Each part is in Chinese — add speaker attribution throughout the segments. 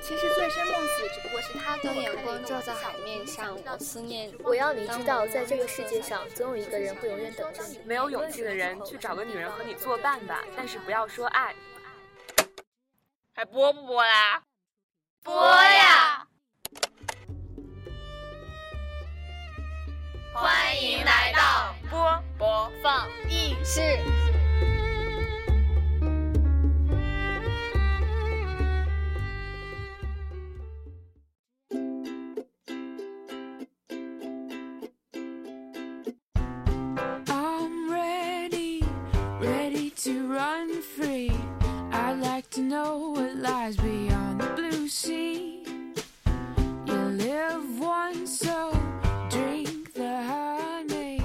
Speaker 1: 其实《醉生梦死》只不过是他将
Speaker 2: 将眼
Speaker 1: 眼
Speaker 2: 光
Speaker 1: 光
Speaker 2: 照
Speaker 1: 照
Speaker 2: 在
Speaker 1: 在
Speaker 2: 海
Speaker 1: 海
Speaker 2: 面
Speaker 3: 嗯
Speaker 1: 面
Speaker 2: 上
Speaker 1: 上，
Speaker 2: 我
Speaker 1: 我
Speaker 2: 思
Speaker 1: 思
Speaker 2: 念
Speaker 1: 念。
Speaker 4: 我要你知道，在这个世界上，总有一个人会永远等着你。
Speaker 5: 没有勇气的人去找个女人和你作伴吧，但是不要说爱。还播不播啦？
Speaker 6: 播呀！
Speaker 2: 欢迎来到
Speaker 5: 播播放。
Speaker 2: 意
Speaker 4: 是，
Speaker 7: I'm ready, ready to run free. I'd like to know what lies beyond the blue sea. You live once, so drink the honey.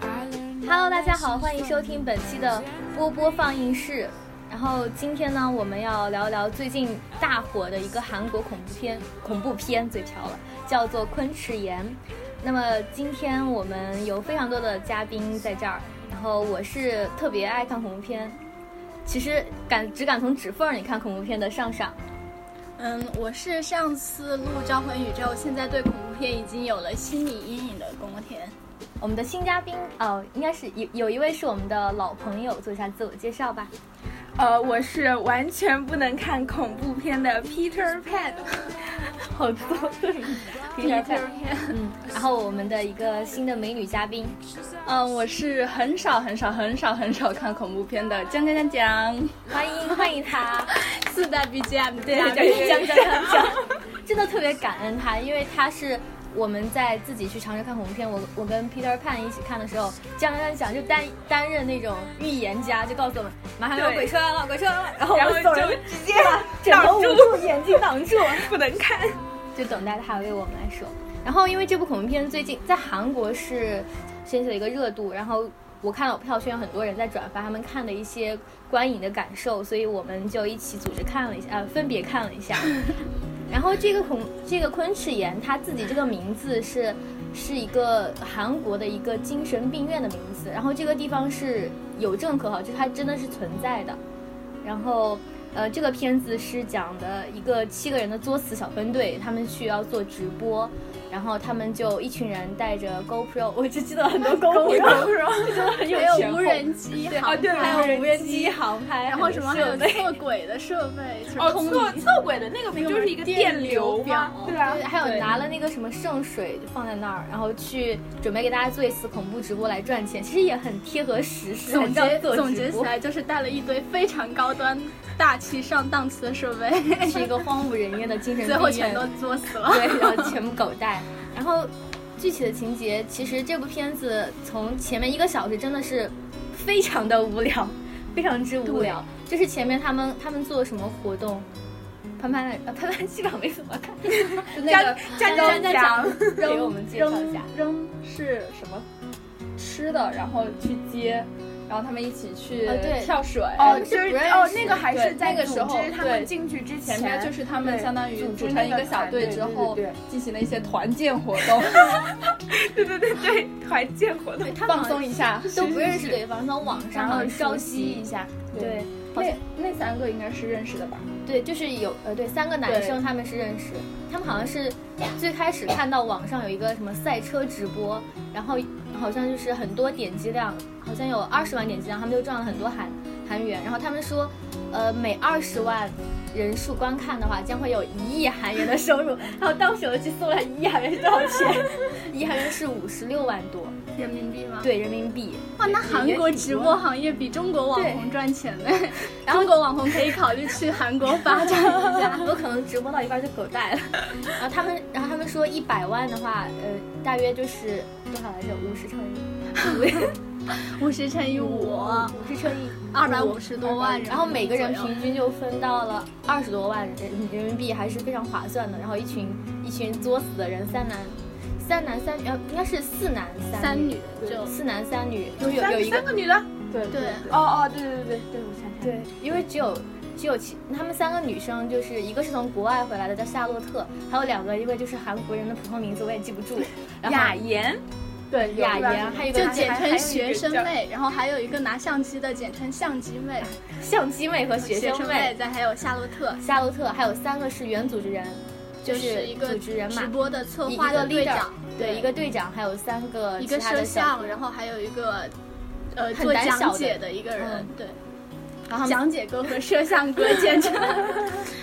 Speaker 7: I learned
Speaker 6: Hello，
Speaker 7: my
Speaker 6: 大家好，
Speaker 7: lessons
Speaker 6: 欢迎
Speaker 7: from
Speaker 6: 收听本期的波波放映室。然后今天呢，我们要聊一聊最近大火的一个韩国恐怖片，恐怖片嘴瓢了，叫做《昆池岩》。那么今天我们有非常多的嘉宾在这儿，然后我是特别爱看恐怖片，其实敢只敢从指缝里看恐怖片的上上。
Speaker 3: 嗯，我是上次录《招魂宇宙》，现在对恐怖片已经有了心理阴影的宫田。
Speaker 6: 我们的新嘉宾哦，应该是有有一位是我们的老朋友，做一下自我介绍吧。
Speaker 8: 呃，我是完全不能看恐怖片的 Peter Pan。
Speaker 6: 好多对，Peter Pan，嗯， 然后我们的一个新的美女嘉宾，
Speaker 8: 嗯，我是很少很少很少很少看恐怖片的江江江江。
Speaker 6: 欢 迎欢迎她，
Speaker 3: 四代 BGM 对
Speaker 6: 江江江江江，真的特别感恩她，因为她是。我们在自己去尝试看恐怖片，我我跟 Peter Pan 一起看的时候，江江讲就担担任那种预言家，就告诉我们马上有
Speaker 8: 对
Speaker 6: 鬼出来了，鬼出来了，然后我
Speaker 8: 然
Speaker 6: 们
Speaker 8: 后
Speaker 6: 所有
Speaker 8: 就
Speaker 6: 人直接把枕头捂住，眼睛挡住，啊
Speaker 8: 不能看。
Speaker 6: 就等待它为我们来说。然后因为这部恐怖片最近在韩国是掀起了一个热度，然后我看到票圈有很多人在转发他们看的一些观影的感受，所以我们就一起组织看了一下，呃，分别看了一 下。然后这个恐这个昆池岩他自己这个名字是是一个韩国的一个精神病院的名字，然后这个地方是有证可考，就是它真的是存在的。然后呃，这个片子是讲的一个七个人的作死小分队，他们需要做直播，然后他们就一群人带着 GoPro，我只 记得很多 GoPro，真的很有
Speaker 3: 还有
Speaker 6: 前
Speaker 3: 无
Speaker 6: 后
Speaker 3: 人机航
Speaker 8: 对
Speaker 3: 拍，
Speaker 6: 还有无人机航拍，
Speaker 3: 然后什么还有
Speaker 6: 设备
Speaker 3: 测轨的设备，就是
Speaker 8: 哦，
Speaker 3: 通
Speaker 8: 错
Speaker 3: 灵
Speaker 8: 错轨的那个不
Speaker 3: 那个
Speaker 8: 就是一个电流
Speaker 3: 表
Speaker 8: 吗？？对啊
Speaker 6: 对，， 还有
Speaker 8: 对
Speaker 6: 拿了那个什么圣水放在那儿，然后去准备给大家做一次恐怖直播来赚钱，其实也很贴合时事。
Speaker 3: 总
Speaker 6: 还
Speaker 3: 结
Speaker 6: 叫做
Speaker 3: 总
Speaker 6: 直
Speaker 3: 结起
Speaker 6: 播
Speaker 3: 来就是带了一堆非常高端、大气上档次的设备，
Speaker 6: 是一个荒无人烟的精神
Speaker 3: 最后
Speaker 6: 病
Speaker 3: 全
Speaker 6: 院
Speaker 3: 都作死了。
Speaker 6: 对，然后全部狗带。然后具体的情节，其实这部片子从前面一个小时真的是非常的无聊，非常之无聊。就是前面他们他们做什么活动，潘潘来呃潘潘基本上没怎么看，就那个
Speaker 8: 江
Speaker 6: 江
Speaker 8: 江江江。
Speaker 6: 给我们介绍一下。
Speaker 8: 扔是什么吃的，然后去接。然后他们一起去
Speaker 6: 哦对
Speaker 8: 跳水
Speaker 2: 哦
Speaker 8: 就
Speaker 2: 就是
Speaker 8: 是
Speaker 2: 不认识
Speaker 8: 哦，那个还
Speaker 2: 对
Speaker 8: 是在
Speaker 2: 那个
Speaker 8: 组
Speaker 2: 时候
Speaker 8: 织他们
Speaker 2: 对
Speaker 8: 进去之前，
Speaker 2: 前
Speaker 8: 面就是他们
Speaker 2: 对
Speaker 8: 相当于
Speaker 2: 组织
Speaker 8: 组成
Speaker 2: 那
Speaker 8: 一
Speaker 2: 个
Speaker 8: 个小
Speaker 2: 团
Speaker 8: 队
Speaker 2: 队
Speaker 8: 之
Speaker 2: 对对
Speaker 8: 后
Speaker 2: 对对
Speaker 8: 进行了一些团建活动， 对对对对，团建活动，放松一下，
Speaker 6: 都不认识对方，从网上好像
Speaker 8: 熟
Speaker 6: 熟
Speaker 8: 悉
Speaker 6: 悉
Speaker 8: 一。下。
Speaker 6: 对，好像
Speaker 8: 那那三个应该是认识的吧？
Speaker 6: 对，就是有呃，对，三个男生他们是认识，他们好像是最开始看到网上有一个什么赛车直播，然后好像就是很多点击量，好像有二十万点击量，他们就赚了很多韩韩元。然后他们说，呃，每二十万人数观看的话，将会有一亿韩元的收入。 然后当时我就去搜了一亿韩元是多少钱，一亿韩元是五十六万多，
Speaker 3: 人民币吗？
Speaker 6: 对人民币。
Speaker 3: 哇，哦那韩国直播行业比中国网红赚钱呢。中国网红可以考虑去韩国发展一下。
Speaker 6: 我啊可能直播到一半就狗带了。然后他们，然后他们说一百万的话，呃，大约就是多少来着？五十乘以
Speaker 3: 五十乘以五，
Speaker 6: 五十乘以
Speaker 3: 二百五十多万人，
Speaker 6: 然后每个人平均就分到了二十多万人人民币，还是非常划算的。然后一群一群作死的人，三男三男三女，呃，应该是四男
Speaker 3: 三
Speaker 6: 女，
Speaker 3: 女就
Speaker 6: 四男三女，就是有有一
Speaker 8: 三
Speaker 6: 个
Speaker 8: 个女的，
Speaker 2: 对
Speaker 3: 对
Speaker 8: 哦哦，对对对对对，我想起来了。
Speaker 6: 对，因为只有只有其他们三个女生，就是一个是从国外回来的叫夏洛特，还有两个因为就是韩国人的普通名字我也记不住，然后
Speaker 8: 雅妍，对，
Speaker 6: 雅妍，还有一个
Speaker 3: 就简
Speaker 8: 还有
Speaker 3: 称
Speaker 8: 一个
Speaker 3: 学生
Speaker 8: 叫
Speaker 3: 妹，然后还有一个拿相机的简称相机妹，
Speaker 6: 相机妹和学
Speaker 3: 学
Speaker 6: 生
Speaker 3: 生
Speaker 6: 妹、
Speaker 3: 再还有夏洛特，
Speaker 6: 夏洛特，还有三个是原组织人，就
Speaker 3: 就是一个
Speaker 6: 组织人
Speaker 3: 直
Speaker 6: 嘛，
Speaker 3: 播的策
Speaker 6: 一一
Speaker 3: 划
Speaker 6: 个
Speaker 3: 的队
Speaker 6: leader，
Speaker 3: 长，
Speaker 6: 对，一个队长，还有三个
Speaker 3: 一
Speaker 6: 其
Speaker 3: 个
Speaker 6: 他
Speaker 3: 摄
Speaker 6: 的小
Speaker 3: 像，然后还有一个呃
Speaker 6: 很
Speaker 3: 做
Speaker 6: 胆小
Speaker 3: 讲
Speaker 6: 的
Speaker 3: 解的一个人
Speaker 6: 嗯，
Speaker 3: 对。
Speaker 6: 然后他
Speaker 3: 讲
Speaker 6: 们
Speaker 3: 解哥和摄像哥简 称。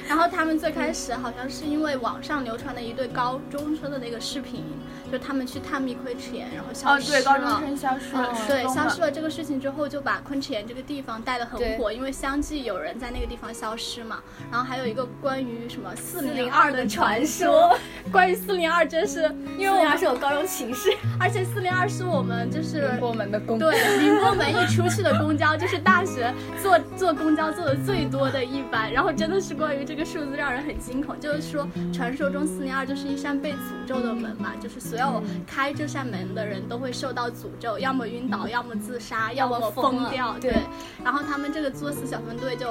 Speaker 3: 然后他们最开始好像是因为网上流传的一对高中生的那个视频，就他们去探秘昆池岩，然后消
Speaker 8: 哦，
Speaker 3: 失
Speaker 8: 对，高中
Speaker 3: 了。
Speaker 8: 生消失了，
Speaker 6: 嗯
Speaker 3: 对，消失哦
Speaker 8: 了。
Speaker 3: 了这个事情之后，就把昆池岩这个地方带得很火，因为相继有人在那个地方消失嘛。然后还有一个关于什么四零二的传说， 关于四零二真是，
Speaker 6: 因为我们是有高中情事，
Speaker 3: 而且四零二是我们就是
Speaker 8: 我们的工
Speaker 3: 对，宁波门一出去的公交就是大学坐坐公交坐的最多的一班，然后真的是关于这个数字让人很惊恐，就是说传说中四零二就是一扇被诅咒的门嘛，就是所有开这扇门的人都会受到诅咒，要么晕倒，要么自杀，要
Speaker 6: 么
Speaker 3: 么
Speaker 6: 疯
Speaker 3: 疯
Speaker 6: 了
Speaker 3: 掉，
Speaker 6: 对
Speaker 3: 对。然后他们这个作死小分队就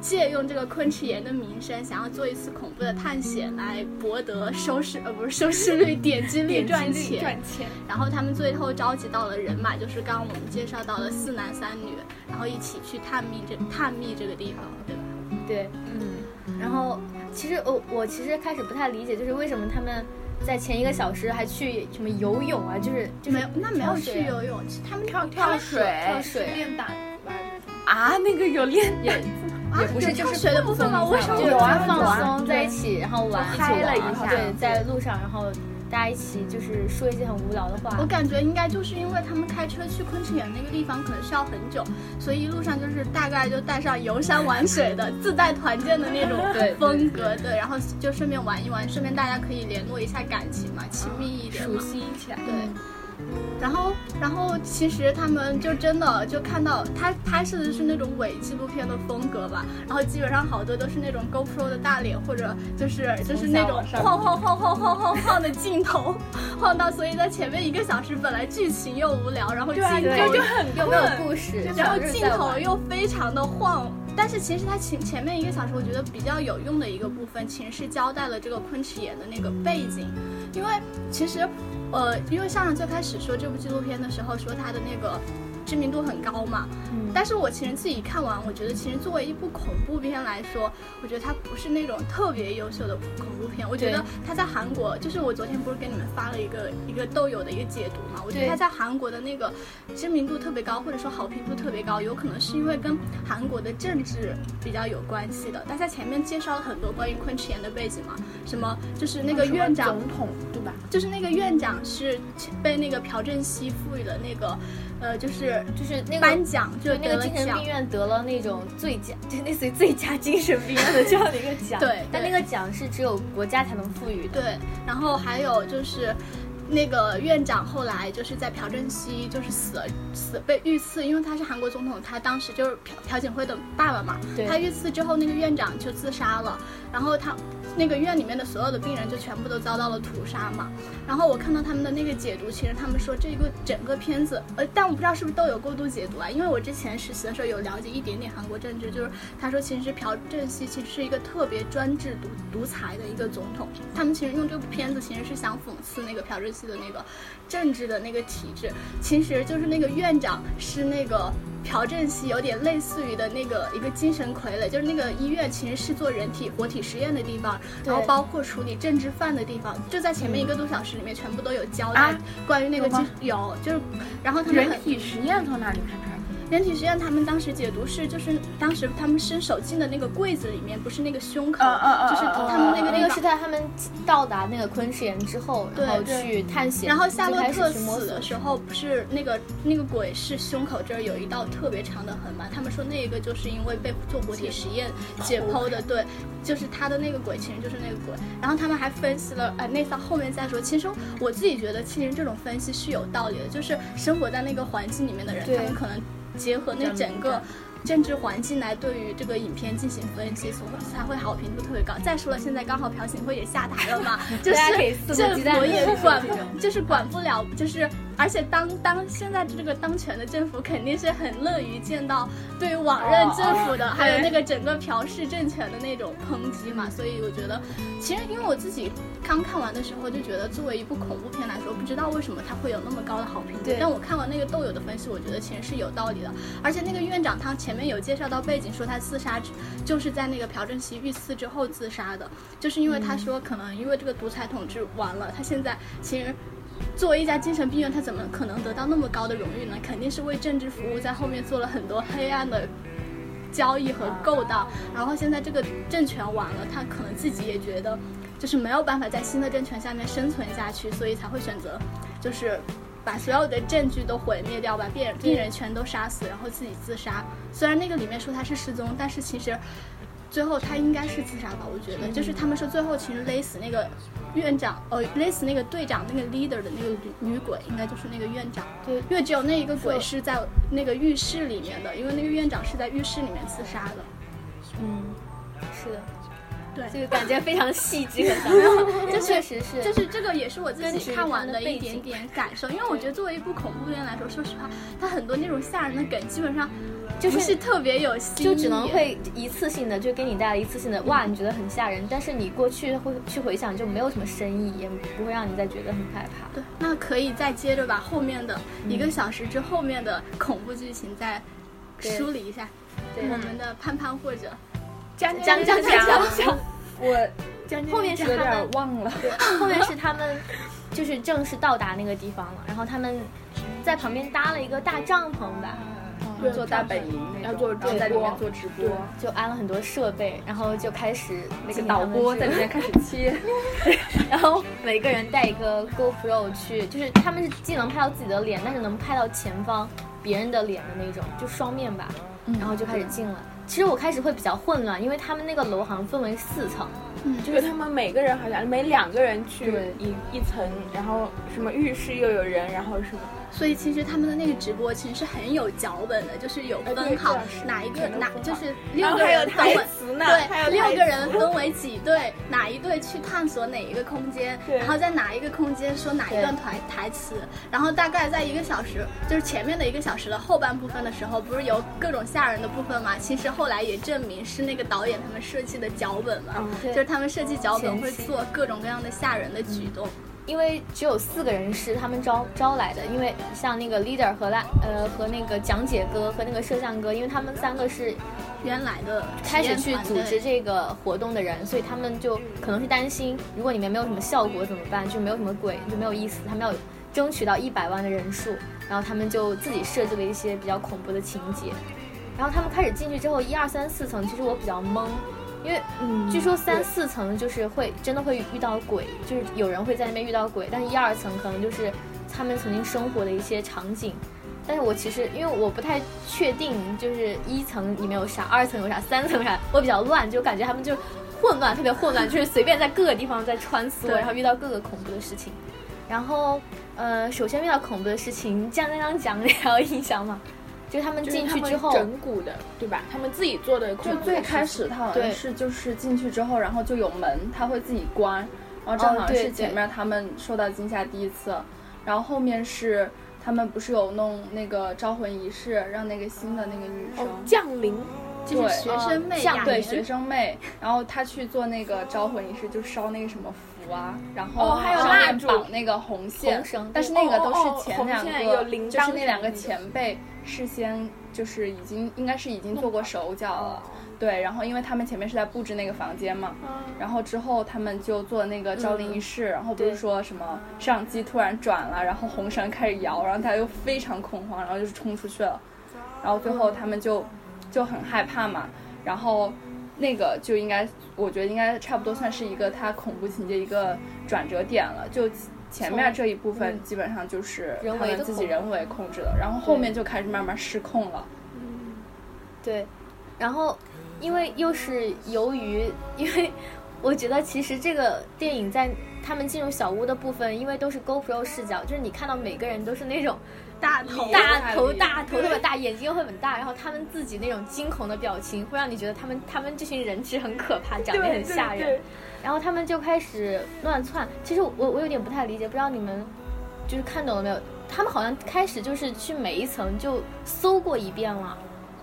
Speaker 3: 借用这个昆池岩的名声，想要做一次恐怖的探险来博得收视呃不是收视率点击率赚钱。
Speaker 8: 赚钱，
Speaker 3: 然后他们最后召集到了人马，就是刚刚我们介绍到的四男三女，然后一起去探秘这探秘这个地方，对吧？
Speaker 6: 对，嗯，然后其实我我其实开始不太理解，就是为什么他们在前一个小时还去什么游泳啊，就是就是
Speaker 3: 没有，那没有
Speaker 6: 跳水
Speaker 3: 去游泳，他们
Speaker 8: 跳
Speaker 3: 跳
Speaker 8: 水
Speaker 6: 跳水，
Speaker 8: 练胆吧这种
Speaker 5: 啊，那个有练也
Speaker 3: 啊，
Speaker 6: 不是
Speaker 3: 有
Speaker 6: 就
Speaker 3: 跳
Speaker 6: 是
Speaker 3: 水的部分吗？为什么我
Speaker 8: 啊
Speaker 3: 们
Speaker 6: 放松在一起，然后玩
Speaker 5: 就嗨了一下
Speaker 6: 对，在路上，然后大家一起就是说一些很无聊的话
Speaker 3: 我，感觉应该就是因为他们开车去昆池岩那个地方可能需要很久，所以一路上就是大概就带上游山玩水的自带团建的那种
Speaker 6: 对对
Speaker 3: 风格，对，然后就顺便玩一玩，顺便大家可以联络一下感情嘛，亲密一点嘛，
Speaker 8: 熟悉起来。
Speaker 3: 对。
Speaker 6: 嗯
Speaker 3: 然后，然后其实他们就真的就看到他拍摄的是那种伪纪录片的风格吧，然后基本上好多都是那种 GoPro 的大脸，或者就是就是那种晃晃晃晃晃晃晃的镜头，晃到所以在前面一个小时本来剧情又无聊，然后镜头
Speaker 6: 对
Speaker 3: 又
Speaker 8: 很
Speaker 6: 有没有故事？
Speaker 3: 然后
Speaker 6: 小日
Speaker 3: 镜
Speaker 6: 在玩
Speaker 3: 头又非常的晃。但是其实它前前面一个小时，我觉得比较有用的一个部分，其实是交代了这个昆池岩的那个背景，因为其实，呃，因为上上最开始说这部纪录片的时候，说它的那个知名度很高嘛，
Speaker 6: 嗯
Speaker 3: 但是我其实自己看完，我觉得其实作为一部恐怖片来说，我觉得它不是那种特别优秀的恐怖片。我觉
Speaker 6: 对
Speaker 3: 得它在韩国，就是我昨天不是给你们发了一个一个豆友的一个解读嘛，我觉
Speaker 6: 对
Speaker 3: 得它在韩国的那个知名度特别高，或者说好评度特别高，有可能是因为跟韩国的政治比较有关系的。大家前面介绍了很多关于昆池岩的背景嘛，什么就是那个院长
Speaker 8: 总统对吧？
Speaker 3: 就是那个院长是被那个朴正熙赋予了那个，呃，就是
Speaker 6: 就是那
Speaker 3: 颁
Speaker 6: 个。
Speaker 3: 奖，就
Speaker 6: 就那
Speaker 3: 得
Speaker 6: 个
Speaker 3: 了
Speaker 6: 精神
Speaker 3: 奖
Speaker 6: 病。院得了那种最佳， 就类似于最佳精神病院的这样的一个奖。
Speaker 3: 对
Speaker 6: 但那
Speaker 3: 对
Speaker 6: 个奖是只有国家才能赋予的。
Speaker 3: 对，然后还有就是。那个院长后来就是在朴正熙就是死了死被遇刺，因为他是韩国总统，他当时就是朴朴槿惠的爸爸嘛，
Speaker 6: 对
Speaker 3: 他遇刺之后，那个院长就自杀了，然后他那个院里面的所有的病人就全部都遭到了屠杀嘛。然后我看到他们的那个解读，其实他们说这个整个片子，呃，但我不知道是不是都有过度解读啊，因为我之前实习的时候有了解一点点韩国政治，就是他说其实朴正熙其实是一个特别专制独独裁的一个总统，他们其实用这部片子其实是想讽刺那个朴正熙的那个政治的那个体制，其实就是那个院长是那个朴正熙，有点类似于的那个一个精神傀儡，就是那个医院其实是做人体活体实验的地方，
Speaker 6: 对
Speaker 3: 然后包括处理政治犯的地方，就在前面一个多小时里面全部都有交代
Speaker 8: 啊
Speaker 3: 关于那个
Speaker 8: 有吗
Speaker 3: 精有就是，然后他们
Speaker 8: 人
Speaker 3: 很。
Speaker 8: 体实验从哪里看出来
Speaker 5: 啊
Speaker 8: 的？
Speaker 3: 人体实验，他们当时解读是，就是当时他们伸手进的那个柜子里面，不是那个胸口，
Speaker 8: 嗯嗯嗯
Speaker 3: 就是
Speaker 8: 嗯嗯
Speaker 3: 他们那个
Speaker 6: 那
Speaker 3: 地
Speaker 6: 个
Speaker 3: 方
Speaker 6: 是在他们到达那个昆池岩之后，然后
Speaker 3: 对
Speaker 6: 去探险，
Speaker 3: 然后夏
Speaker 6: 就
Speaker 3: 洛
Speaker 6: 开
Speaker 3: 特
Speaker 6: 始去摸
Speaker 3: 死
Speaker 6: 索
Speaker 3: 的时候，不是那个那个鬼是胸口这儿有一道特别长的痕嘛？他们说那个就是因为被做活体实验解剖的，对，就是他的那个鬼，其实就是那个鬼。然后他们还分析了，哎，那到后面再说。其实我自己觉得，其实这种分析是有道理的，就是生活在那个环境里面的人，
Speaker 6: 对
Speaker 3: 他们可能结合那整个。政治环境来对于这个影片进行分析，所以才会好评度特别高。再说了，现在刚好 朴槿惠也下台了嘛，就是
Speaker 6: 大家可以肆无忌惮
Speaker 3: 政府
Speaker 6: 地
Speaker 3: 也
Speaker 6: 去
Speaker 3: 管
Speaker 6: 这种
Speaker 3: 就是管不了，就是而且当当现在这个当权的政府肯定是很乐于见到对往任政府的，
Speaker 5: 哦哦嗯
Speaker 3: 还有
Speaker 5: 对
Speaker 3: 那个整个朴氏政权的那种抨击嘛，所以我觉得，其实因为我自己刚看完的时候就觉得，作为一部恐怖片来说，不知道为什么它会有那么高的好评度
Speaker 8: 对，
Speaker 3: 但我看完那个豆友的分析，我觉得其实是有道理的。而且那个院长他前面有介绍到背景，说他自杀就是在那个朴正熙遇刺之后自杀的，就是因为
Speaker 5: 嗯
Speaker 3: 他说可能因为这个独裁统治完了，他现在其实。作为一家精神病院，他怎么可能得到那么高的荣誉呢？肯定是为政治服务，在后面做了很多黑暗的交易和勾当。然后现在这个政权完了，他可能自己也觉得就是没有办法在新的政权下面生存下去，所以才会选择就是把所有的证据都毁灭掉，把病人病人全都杀死，然后自己自杀。虽然那个里面说他是失踪，但是其实。最后他应该是自杀吧，我觉
Speaker 6: 嗯
Speaker 3: 得，就是他们说最后其实勒死那个院长，呃，勒死那个队长那个 leader 的那个女女鬼，应该就是那个院长。
Speaker 6: 对，
Speaker 3: 因为只有那一个鬼是在那个浴室里面的，因为那个院长是在浴室里面自杀的。
Speaker 6: 嗯，是的，
Speaker 3: 对
Speaker 6: 这个感觉非常细致和 想法，这确实是，
Speaker 3: 就是这个也是我自
Speaker 6: 根据
Speaker 3: 己看完
Speaker 6: 它的
Speaker 3: 的
Speaker 6: 背
Speaker 3: 一点
Speaker 6: 景
Speaker 3: 点感受，因为我觉得作为一部恐怖片来说，说实话，它很多那种吓人的梗基本上
Speaker 6: 就
Speaker 3: 不
Speaker 6: 是
Speaker 3: 是特别有新意，
Speaker 6: 就只能会一次性的就给你带来一次性的哇，你觉得很吓人，但是你过去会去回想就没有什么深意，也不会让你再觉得很害怕。
Speaker 3: 对。那可以再接着把后面的一个小时之后面的恐怖剧情再
Speaker 6: 对
Speaker 3: 梳理一下。
Speaker 6: 对
Speaker 3: 我们的盼盼或者
Speaker 8: 张
Speaker 6: 张张
Speaker 8: 江
Speaker 6: 江，
Speaker 8: 我
Speaker 6: 后面是
Speaker 8: 有
Speaker 6: 他们
Speaker 8: 点忘了，
Speaker 6: 后面是他们就是正式到达那个地方了，然后他们在旁边搭了一个大帐篷吧，
Speaker 8: 对
Speaker 6: 做
Speaker 8: 大本营
Speaker 6: 那
Speaker 8: 要
Speaker 6: 种
Speaker 8: 做
Speaker 6: 然后
Speaker 8: 直
Speaker 6: 在里面
Speaker 8: 播，做直播，
Speaker 6: 就安了很多设备，然后就开始
Speaker 8: 那
Speaker 6: 进
Speaker 8: 个
Speaker 6: 行
Speaker 8: 导
Speaker 6: 他们
Speaker 8: 播
Speaker 6: 制
Speaker 8: 在里面开始 切，
Speaker 6: 然后每个人带一个 GoPro 去，就是他们是既能拍到自己的脸，但是能拍到前方别人的脸的那种，就双面吧。
Speaker 8: 嗯
Speaker 6: 然后就开始进了。其实我开始会比较混乱，因为他们那个楼好像分为四层，
Speaker 5: 就是他们每个人好像每两个人去一一层，然后什么浴室又有人，然后什么
Speaker 3: 所以其实他们的那个直播其实是很有脚本的，就是有
Speaker 5: 哎对
Speaker 3: 分好
Speaker 5: 对是
Speaker 3: 哪一个
Speaker 5: 全都
Speaker 3: 哪
Speaker 5: 分好
Speaker 3: 就是
Speaker 5: 然
Speaker 3: 六
Speaker 5: 后
Speaker 3: 个
Speaker 5: 还有
Speaker 3: 人分为
Speaker 5: 台词呢还有
Speaker 3: 对，
Speaker 5: 台
Speaker 3: 六个人分为几队，哪一队去探索哪一个空间，
Speaker 5: 对
Speaker 3: 然后在哪一个空间说哪一段台台词，然后大概在一个小时，就是前面的一个小时的后半部分的时候，不是有各种吓人的部分嘛？其实后来也证明是那个导演他们设计的脚本嘛，
Speaker 5: 哦
Speaker 6: 对
Speaker 3: 就是他们设计脚本
Speaker 6: 前
Speaker 3: 会
Speaker 6: 期
Speaker 3: 做各种各样的吓人的举动。
Speaker 6: 因为只有四个人是他们招招来的，因为像那个 leader 和拉呃和那个讲解哥和那个摄像哥，因为他们三个是
Speaker 5: 嗯
Speaker 3: 原来的
Speaker 6: 开
Speaker 3: 实
Speaker 6: 始去
Speaker 3: 验团
Speaker 6: 组
Speaker 3: 队
Speaker 6: 织这个活动的人，所以他们就可能是担心，如果里面没有什么效果怎么办？就没有什么鬼，就没有意思。他们要争取到一百万的人数，然后他们就自己设置了一些比较恐怖的情节。然后他们开始进去之后，一二三四层，其实我比较懵，因为
Speaker 8: 嗯
Speaker 6: 据说三四层就是会真的会遇到鬼，就是有人会在那边遇到鬼，但是一二层可能就是他们曾经生活的一些场景。但是我其实因为我不太确定，就是一层里面有啥，二层有啥，三层有啥，我比较乱，就感觉他们就混乱，特别混乱，就是随便在各个地方在穿梭，
Speaker 3: 对
Speaker 6: 然后遇到各个恐怖的事情。然后，呃，首先遇到恐怖的事情，江江江讲，你还有印象吗？就是他们
Speaker 5: 就是
Speaker 6: 进
Speaker 5: 他
Speaker 6: 去
Speaker 5: 们
Speaker 6: 之后，
Speaker 5: 整蛊的，对吧？他们自己做的恐
Speaker 8: 就
Speaker 5: 怖的事情，
Speaker 8: 最开始他好
Speaker 6: 对
Speaker 8: 像是就是进去之后，然后就有门，他会自己关，然后这
Speaker 6: 哦
Speaker 8: 好像
Speaker 6: 对
Speaker 8: 是前面他们受到惊吓第一次，然后后面是他们不是有弄那个招魂仪式，让那个新的那个女生。
Speaker 5: 哦降临，
Speaker 3: 就是学生
Speaker 6: 呃
Speaker 3: 妹
Speaker 6: 像
Speaker 3: 雅
Speaker 8: 对
Speaker 3: 莲
Speaker 8: 学生妹，然后她去做那个招魂仪式，就烧那个什么符啊，然后
Speaker 5: 哦还有
Speaker 8: 上
Speaker 5: 蜡
Speaker 8: 面
Speaker 5: 烛
Speaker 8: 绑那个红线，
Speaker 6: 红绳
Speaker 8: 但是
Speaker 6: 对
Speaker 8: 那个
Speaker 5: 哦
Speaker 8: 都
Speaker 5: 哦哦
Speaker 8: 是前两
Speaker 5: 红
Speaker 8: 个，
Speaker 5: 线有铃铛
Speaker 8: 就是
Speaker 5: 什么
Speaker 8: 那两个
Speaker 5: 那种
Speaker 8: 前辈事先就是已经应该是已经做过手脚了，对，然后因为他们前面是在布置那个房间嘛，
Speaker 5: 啊
Speaker 8: 然后之后他们就做那个招灵仪
Speaker 5: 嗯
Speaker 8: 式，然后不
Speaker 6: 对
Speaker 8: 是说什么摄像机突然转了，然后红绳开始摇，然后大家又非常恐慌，然后就是冲出去了，然后最后他们就就很害怕嘛，然后那个就应该我觉得应该差不多算是一个它恐怖情节一个转折点了，就。前面这一部分基本上就是他
Speaker 6: 人为的
Speaker 8: 们自己
Speaker 6: 恐怖
Speaker 8: 嗯人为控制的，然后后面就开始慢慢失控了。
Speaker 6: 对，然后因为又是由于，因为我觉得其实这个电影在他们进入小屋的部分，因为都是 GoPro 视角，就是你看到每个人都是那种
Speaker 3: 大头
Speaker 6: 大头
Speaker 8: 大
Speaker 6: 大头特别大，眼睛又会很大，然后他们自己那种惊恐的表情，会让你觉得他们他们这群人其实很可怕，长得也很吓人。然后他们就开始乱窜。其实我我有点不太理解，不知道你们就是看懂了没有？他们好像开始就是去每一层就搜过一遍了，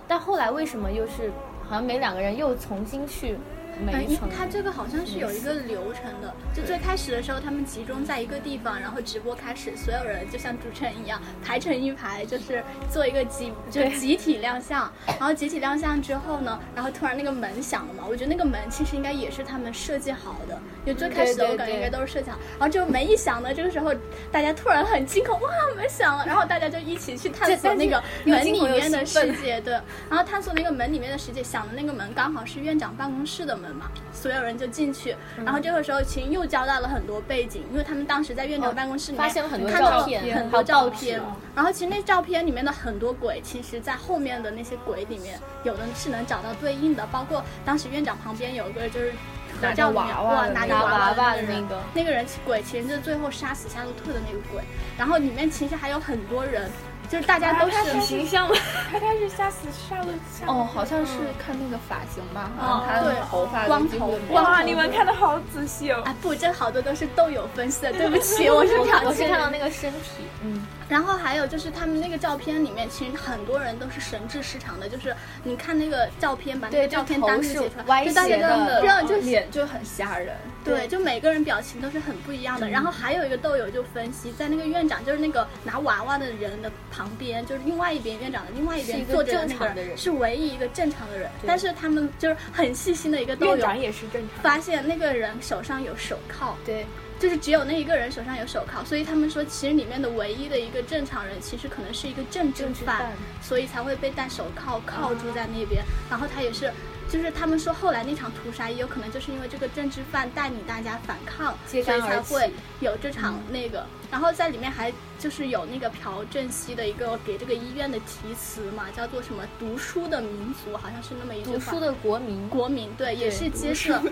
Speaker 6: 但后来为什么又是好像每两个人又重新去每
Speaker 3: 嗯，
Speaker 6: 一
Speaker 3: 因
Speaker 6: 层？
Speaker 3: 它这个好像是有一个流程的，就最开始的时候，他们集中在一个地方，然后直播开始，所有人就像主持人一样排成一排，就是做一个集，就集体亮相。然后集体亮相之后呢，然后突然那个门响了嘛，我觉得那个门其实应该也是他们设计好的，就最开始的
Speaker 6: 对对
Speaker 3: 我感觉应
Speaker 6: 对
Speaker 3: 该都是设计好。然后这个门一响呢，这个时候大家突然很惊恐，哇，门响了，然后大家就一起去探
Speaker 6: 这
Speaker 3: 索
Speaker 6: 但是
Speaker 3: 那个
Speaker 6: 又
Speaker 3: 门
Speaker 6: 惊
Speaker 3: 里
Speaker 6: 恐又
Speaker 3: 面的
Speaker 6: 兴
Speaker 3: 世
Speaker 6: 奋
Speaker 3: 界，对。然后探索那个门里面的世界，想的那个门刚好是院长办公室的门嘛，所有人就进去。
Speaker 6: 嗯
Speaker 3: 然后这个时候，秦又交代了很多背景，因为他们当时在院长办公室里面
Speaker 6: 哦发现了很多
Speaker 3: 看到
Speaker 6: 照片
Speaker 3: 很
Speaker 6: 还
Speaker 3: 多
Speaker 6: 有
Speaker 3: 照
Speaker 6: 报纸
Speaker 3: 片。然后其实那照片里面的很多鬼，其实在后面的那些鬼里面，有的是能找到对应的，包括当时院长旁边有一个就是。合照里面
Speaker 8: 拿着娃娃
Speaker 3: 哇
Speaker 8: 的
Speaker 3: 拿着
Speaker 6: 拿
Speaker 3: 娃
Speaker 6: 娃
Speaker 3: 娃
Speaker 6: 娃的
Speaker 3: 人
Speaker 6: 那个
Speaker 3: 那个人鬼其实就是最后杀死夏洛特的那个鬼，然后里面其实还有很多人，就是大家都是
Speaker 6: 挺形象嘛，
Speaker 8: 他开始吓死夏洛夏
Speaker 5: 洛
Speaker 8: 哦，好像是看那个发型吧，
Speaker 3: 哦
Speaker 8: 好像他的
Speaker 3: 对
Speaker 8: 嗯头发
Speaker 3: 光
Speaker 8: 都几乎
Speaker 3: 头
Speaker 8: 没有
Speaker 3: 光
Speaker 5: 啊
Speaker 8: 哇，
Speaker 3: 头
Speaker 8: 你们看的好仔细哦。
Speaker 3: 啊，不，这好多都是豆友分析的，对不起，我是
Speaker 6: 我
Speaker 3: 表
Speaker 6: 是
Speaker 3: 现
Speaker 6: 看到那个身体，嗯，
Speaker 3: 然后还有就是他们那个照片里面，其实很多人都是神志失常的，就是你看那个照片，把那个
Speaker 6: 对
Speaker 3: 照片
Speaker 6: 就头
Speaker 3: 单独
Speaker 6: 是
Speaker 3: 截出来，
Speaker 6: 歪
Speaker 3: 就大家
Speaker 6: 斜的
Speaker 3: 真的
Speaker 8: 这
Speaker 3: 让
Speaker 8: 样
Speaker 3: 就
Speaker 8: 就是脸就很吓人，
Speaker 3: 对，就每个人表情都是很不一
Speaker 6: 嗯
Speaker 3: 样的。然后还有一个豆友就分析，在那个院长就是那个拿娃娃的人的旁边，就是另外一边院长的另外一
Speaker 6: 是
Speaker 3: 边
Speaker 6: 一个
Speaker 3: 坐着的那
Speaker 6: 正
Speaker 3: 个
Speaker 6: 常的人
Speaker 3: 是唯一一个正常的人，
Speaker 6: 对
Speaker 3: 但是他们就是很细心的一个豆友
Speaker 5: 也是正常。
Speaker 3: 发现那个人手上有手铐，
Speaker 6: 对，
Speaker 3: 就是只有那一个人手上有手铐，所以他们说，其实里面的唯一的一个正常人，其实可能是一个政治
Speaker 6: 政治
Speaker 3: 犯
Speaker 6: 犯，
Speaker 3: 所以才会被戴手铐铐住在那边。然后他也是，就是他们说后来那场屠杀也有可能就是因为这个政治犯带领大家反抗，所
Speaker 6: 揭
Speaker 3: 以
Speaker 6: 竿
Speaker 3: 才
Speaker 6: 而起
Speaker 3: 会有这场那个。然后在里面还就是有那个朴正熙的一个给这个医院的题词嘛，叫做什么“读书的民族”，好像是那么一句话。
Speaker 6: 读书的国民，
Speaker 3: 国民，对，也
Speaker 6: 对
Speaker 3: 是揭示了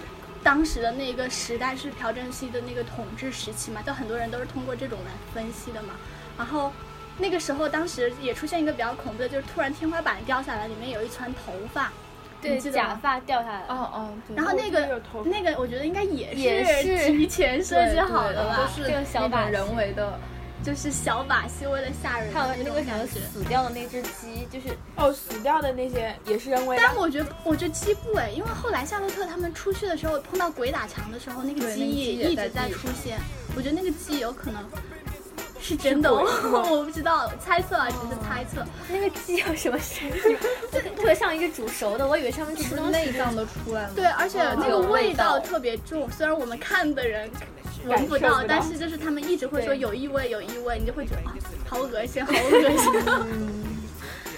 Speaker 3: 当时的那个时代是朴正熙的那个统治时期嘛，就很多人都是通过这种来分析的嘛。然后那个时候，当时也出现一个比较恐怖的，就是突然天花板掉下来，里面有一串头发，
Speaker 6: 对，
Speaker 3: 你记得吗
Speaker 6: 假发掉下来
Speaker 8: 哦
Speaker 6: 了，
Speaker 8: 哦，对
Speaker 3: 然后那
Speaker 8: 我记得
Speaker 3: 个
Speaker 8: 有头
Speaker 3: 那个，我觉得应该也
Speaker 6: 也
Speaker 3: 是
Speaker 6: 是
Speaker 3: 提前设计好的吧，
Speaker 6: 呃这个小
Speaker 8: 那
Speaker 6: 把
Speaker 8: 种
Speaker 6: 戏
Speaker 8: 人为的
Speaker 3: 就是小把戏为了吓人
Speaker 6: 还
Speaker 3: 的
Speaker 6: 有那
Speaker 3: 种
Speaker 6: 个什么
Speaker 3: 感觉。
Speaker 6: 死掉的那只鸡，就是
Speaker 5: 哦，死掉的那些也是人为的。
Speaker 3: 但我觉得，我觉得鸡不哎，因为后来夏洛特他们出去的时候碰到鬼打墙的时候，那个
Speaker 8: 对
Speaker 3: 鸡
Speaker 8: 那个鸡
Speaker 3: 也一
Speaker 8: 也在
Speaker 3: 直在
Speaker 8: 地
Speaker 3: 出现。我觉得那个鸡有可能是真的， 我不知道，猜测啊，只是猜测。
Speaker 6: 那个鸡有什么神奇吗？就特别像一个煮熟的，我以为是他们吃东
Speaker 8: 内
Speaker 6: 西。
Speaker 8: 脏都出来了。
Speaker 3: 对，而且那个
Speaker 6: 嗯有
Speaker 3: 味
Speaker 6: 味
Speaker 3: 道
Speaker 6: 道
Speaker 3: 特别重，虽然我们看的人闻不
Speaker 5: 感受
Speaker 3: 到
Speaker 5: 不，到
Speaker 3: 但是就是他们一直会说
Speaker 6: 对
Speaker 3: 有异味，有异味，你就会觉得啊，好恶心，好恶心。
Speaker 6: 嗯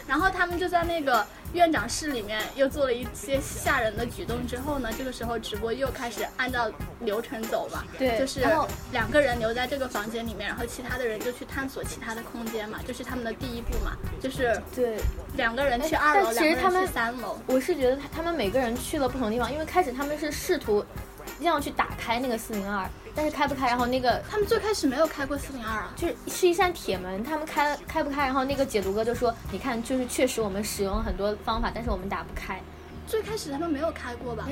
Speaker 3: 然后他们就在那个院长室里面又做了一些吓人的举动之后呢，这个时候直播又开始按照流程走嘛，
Speaker 6: 对
Speaker 3: 就是
Speaker 6: 然后
Speaker 3: 两个人留在这个房间里面，然后其他的人就去探索其他的空间嘛，这、是他们的第一步嘛，就是
Speaker 6: 对，
Speaker 3: 两个人去
Speaker 6: 哎
Speaker 3: 二
Speaker 6: 但
Speaker 3: 楼，
Speaker 6: 其
Speaker 3: 两
Speaker 6: 实
Speaker 3: 个
Speaker 6: 他
Speaker 3: 人
Speaker 6: 们
Speaker 3: 去三楼，
Speaker 6: 我是觉得他他们每个人去了不同地方，因为开始他们是试图要去打开那个四零二，但是开不开，然后那个
Speaker 3: 他们最开始没有开过四零二啊。
Speaker 6: 就是是一扇铁门，他们开开不开，然后那个解读哥就说，你看，就是确实我们使用了很多方法，但是我们打不开。
Speaker 3: 最开始他们没有开过吧？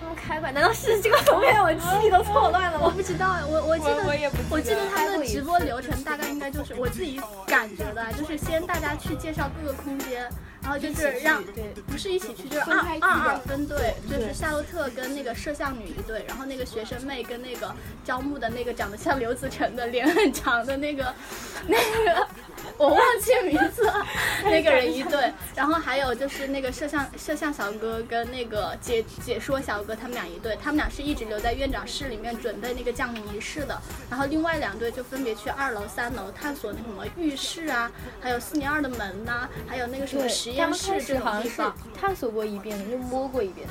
Speaker 6: 他们开吧？难道是这个方面我记忆都错乱了
Speaker 3: 我
Speaker 6: 吗？
Speaker 3: 不知 道哎，我我记得
Speaker 5: 我我也不记得
Speaker 3: 我记得他们的直播流程大概应该就是我自己感觉的，就是先大家去介绍各个空间，然后就是让
Speaker 6: 对
Speaker 3: 不是一起去，就是
Speaker 5: 分
Speaker 3: 二
Speaker 5: 开去的
Speaker 3: 二二分队，就是夏洛特跟那个摄像女一队，然后那个学生妹跟那个招募的那个长得像刘子成的脸很长的那个那个。我忘记名字了， 那个人一对，然后还有就是那个摄像摄像小哥跟那个解解说小哥，他们俩一对，他们俩是一直留在院长室里面准备那个降临仪式的，然后另外两队就分别去二楼、三楼探索那什么浴室啊，还有四零二的门呐、还有那个什么实
Speaker 6: 对，他
Speaker 3: 验
Speaker 6: 们开
Speaker 3: 室这
Speaker 6: 始
Speaker 3: 种
Speaker 6: 好像
Speaker 3: 地
Speaker 6: 是
Speaker 3: 方。
Speaker 6: 探索过一遍，就摸过一遍，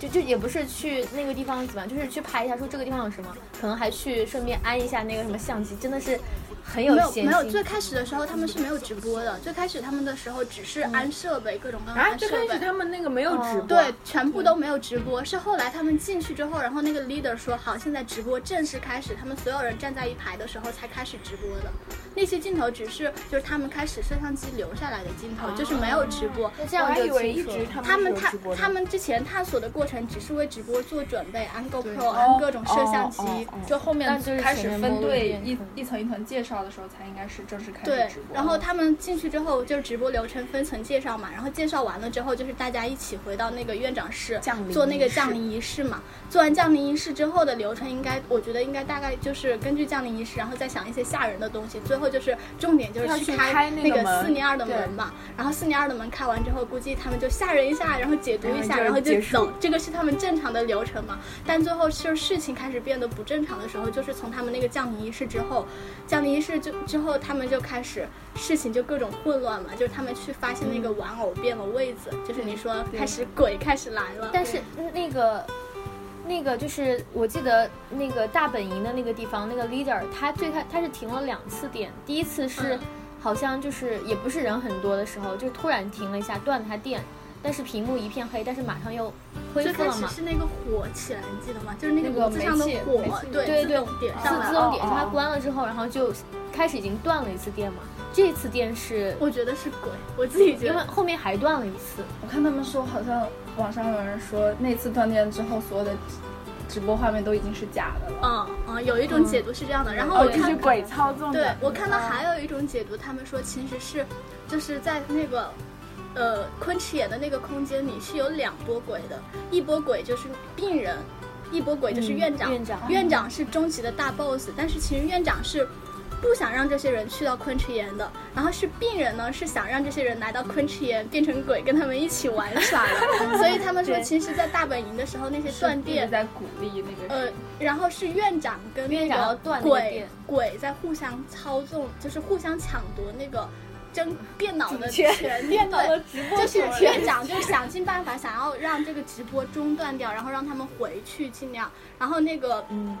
Speaker 6: 就就也不是去那个地方怎么样，就是去拍一下，说这个地方有什么，可能还去顺便安一下那个什么相机，真的是很有
Speaker 3: 没有
Speaker 6: 闲
Speaker 3: 没有，
Speaker 6: 心
Speaker 3: 最。开始的时候他们是没有直播的，最开始他们的时候只是安设备，各种各样的
Speaker 5: 啊，哦
Speaker 3: 安
Speaker 5: 最
Speaker 3: 设
Speaker 5: 开始
Speaker 3: 备。
Speaker 5: 他们那个没有直播，
Speaker 3: 对，全部都没有直播，是后来他们进去之后，然后那个 leader 说好，现在直播正式开始，他们所有人站在一排的时候才开始直播的。那些镜头只是就是他们开始摄像机留下来的镜
Speaker 5: 哦
Speaker 3: 头，就是没有直播。
Speaker 6: 那这
Speaker 5: 我
Speaker 6: 样
Speaker 5: 还
Speaker 6: 就
Speaker 5: 以为一
Speaker 6: 清楚
Speaker 5: 直
Speaker 6: 了
Speaker 5: 他们
Speaker 3: 他们
Speaker 5: 是有
Speaker 3: 探
Speaker 5: 直播的
Speaker 3: 他们之前探索的过程，只是为直播做准备，安 GoPro，
Speaker 8: 对
Speaker 3: 安各种摄像机
Speaker 5: 哦哦哦哦，
Speaker 3: 就后面
Speaker 6: 但就是
Speaker 8: 开始
Speaker 6: 前面
Speaker 8: 分
Speaker 6: 摸过一
Speaker 8: 队
Speaker 6: 遍
Speaker 8: 一一层一层介绍绍的时候才应该是正式开始
Speaker 3: 对
Speaker 8: 直播。，
Speaker 3: 然后他们进去之后就是直播流程分层介绍嘛，然后介绍完了之后就是大家一起回到那个院长室
Speaker 9: 降临
Speaker 3: 做那个
Speaker 9: 仪式
Speaker 3: 降临仪式嘛。做完降临仪式之后的流程应该，我觉得应该大概就是根据降临仪式，然后再想一些吓人的东西。最后就是重点就
Speaker 9: 要
Speaker 3: 是
Speaker 9: 去
Speaker 3: 开
Speaker 9: 开那个门
Speaker 3: 四零二的
Speaker 9: 对
Speaker 3: 门嘛，然后四零二的门开完之后，估计他们就吓人一下，然后解读一下，然
Speaker 9: 然
Speaker 3: 后
Speaker 9: 后就
Speaker 3: 就
Speaker 9: 结束
Speaker 3: 走。这个是他们正常的流程嘛。但最后就是事情开始变得不正常的时候，就是从他们那个降临仪式之后，降临仪式就之后，他们就开始事情就各种混乱嘛，就是他们去发现那个玩偶变了位子，就是你说开始鬼开始来了，
Speaker 6: 但是那个。那个就是我记得那个大本营的那个地方，那个 leader 他最开他是停了两次电，第一次是
Speaker 3: 嗯
Speaker 6: 好像就是也不是人很多的时候，就突然停了一下，断了他电，但是屏幕一片黑，但是马上又恢
Speaker 3: 最
Speaker 6: 复
Speaker 3: 开
Speaker 6: 了
Speaker 3: 始
Speaker 6: 嘛。
Speaker 3: 是那个火起来，你记得吗？就是那个
Speaker 8: 那个
Speaker 3: 炉子上的
Speaker 8: 煤气
Speaker 3: 火
Speaker 8: 煤气，
Speaker 6: 对
Speaker 3: 对，自
Speaker 6: 对
Speaker 3: 动点
Speaker 6: 是
Speaker 3: 上来
Speaker 6: 自
Speaker 3: 了。
Speaker 6: 动点，
Speaker 8: 哦
Speaker 6: 是它
Speaker 8: 哦
Speaker 6: 关了之后，然后就开始已经断了一次电嘛。这次电是
Speaker 3: 我觉得是鬼，我自己觉
Speaker 6: 因为
Speaker 3: 得。
Speaker 6: 后面还断了一次，
Speaker 8: 我看他们说，好像网上有人说，那次断电之后，所有的直播画面都已经是假的了。
Speaker 3: 嗯嗯，有一种解读是这样的，然后
Speaker 9: 哦，
Speaker 3: 我
Speaker 9: 这
Speaker 3: 看
Speaker 9: 是鬼操纵
Speaker 3: 对
Speaker 9: 的，
Speaker 3: 我看到还有一种解读，他们说其实是，就是在那个，呃，昆池岩的那个空间里是有两波鬼的，一波鬼就是病人，一波鬼就是院长。
Speaker 6: 院长
Speaker 3: 院长是终极的大 boss，但是其实院长是不想让这些人去到昆池岩的，然后是病人呢是想让这些人来到昆池岩变成鬼，跟他们一起玩耍的。所以他们说，
Speaker 6: 对
Speaker 3: 其实，在大本营的时候那些断
Speaker 8: 一直
Speaker 3: 电。
Speaker 8: 在鼓励那个
Speaker 3: 呃
Speaker 8: 人，，
Speaker 3: 然后是院长跟那
Speaker 6: 院长要断
Speaker 3: 个
Speaker 6: 那个
Speaker 3: 鬼
Speaker 6: 电
Speaker 3: 鬼在互相操纵，就是互相抢夺那个争电脑的
Speaker 6: 主权
Speaker 3: 权，电脑
Speaker 6: 了直
Speaker 3: 就是院长就想尽办法想要让这个直播中断掉，然后让他们回去尽量，然后那个
Speaker 6: 嗯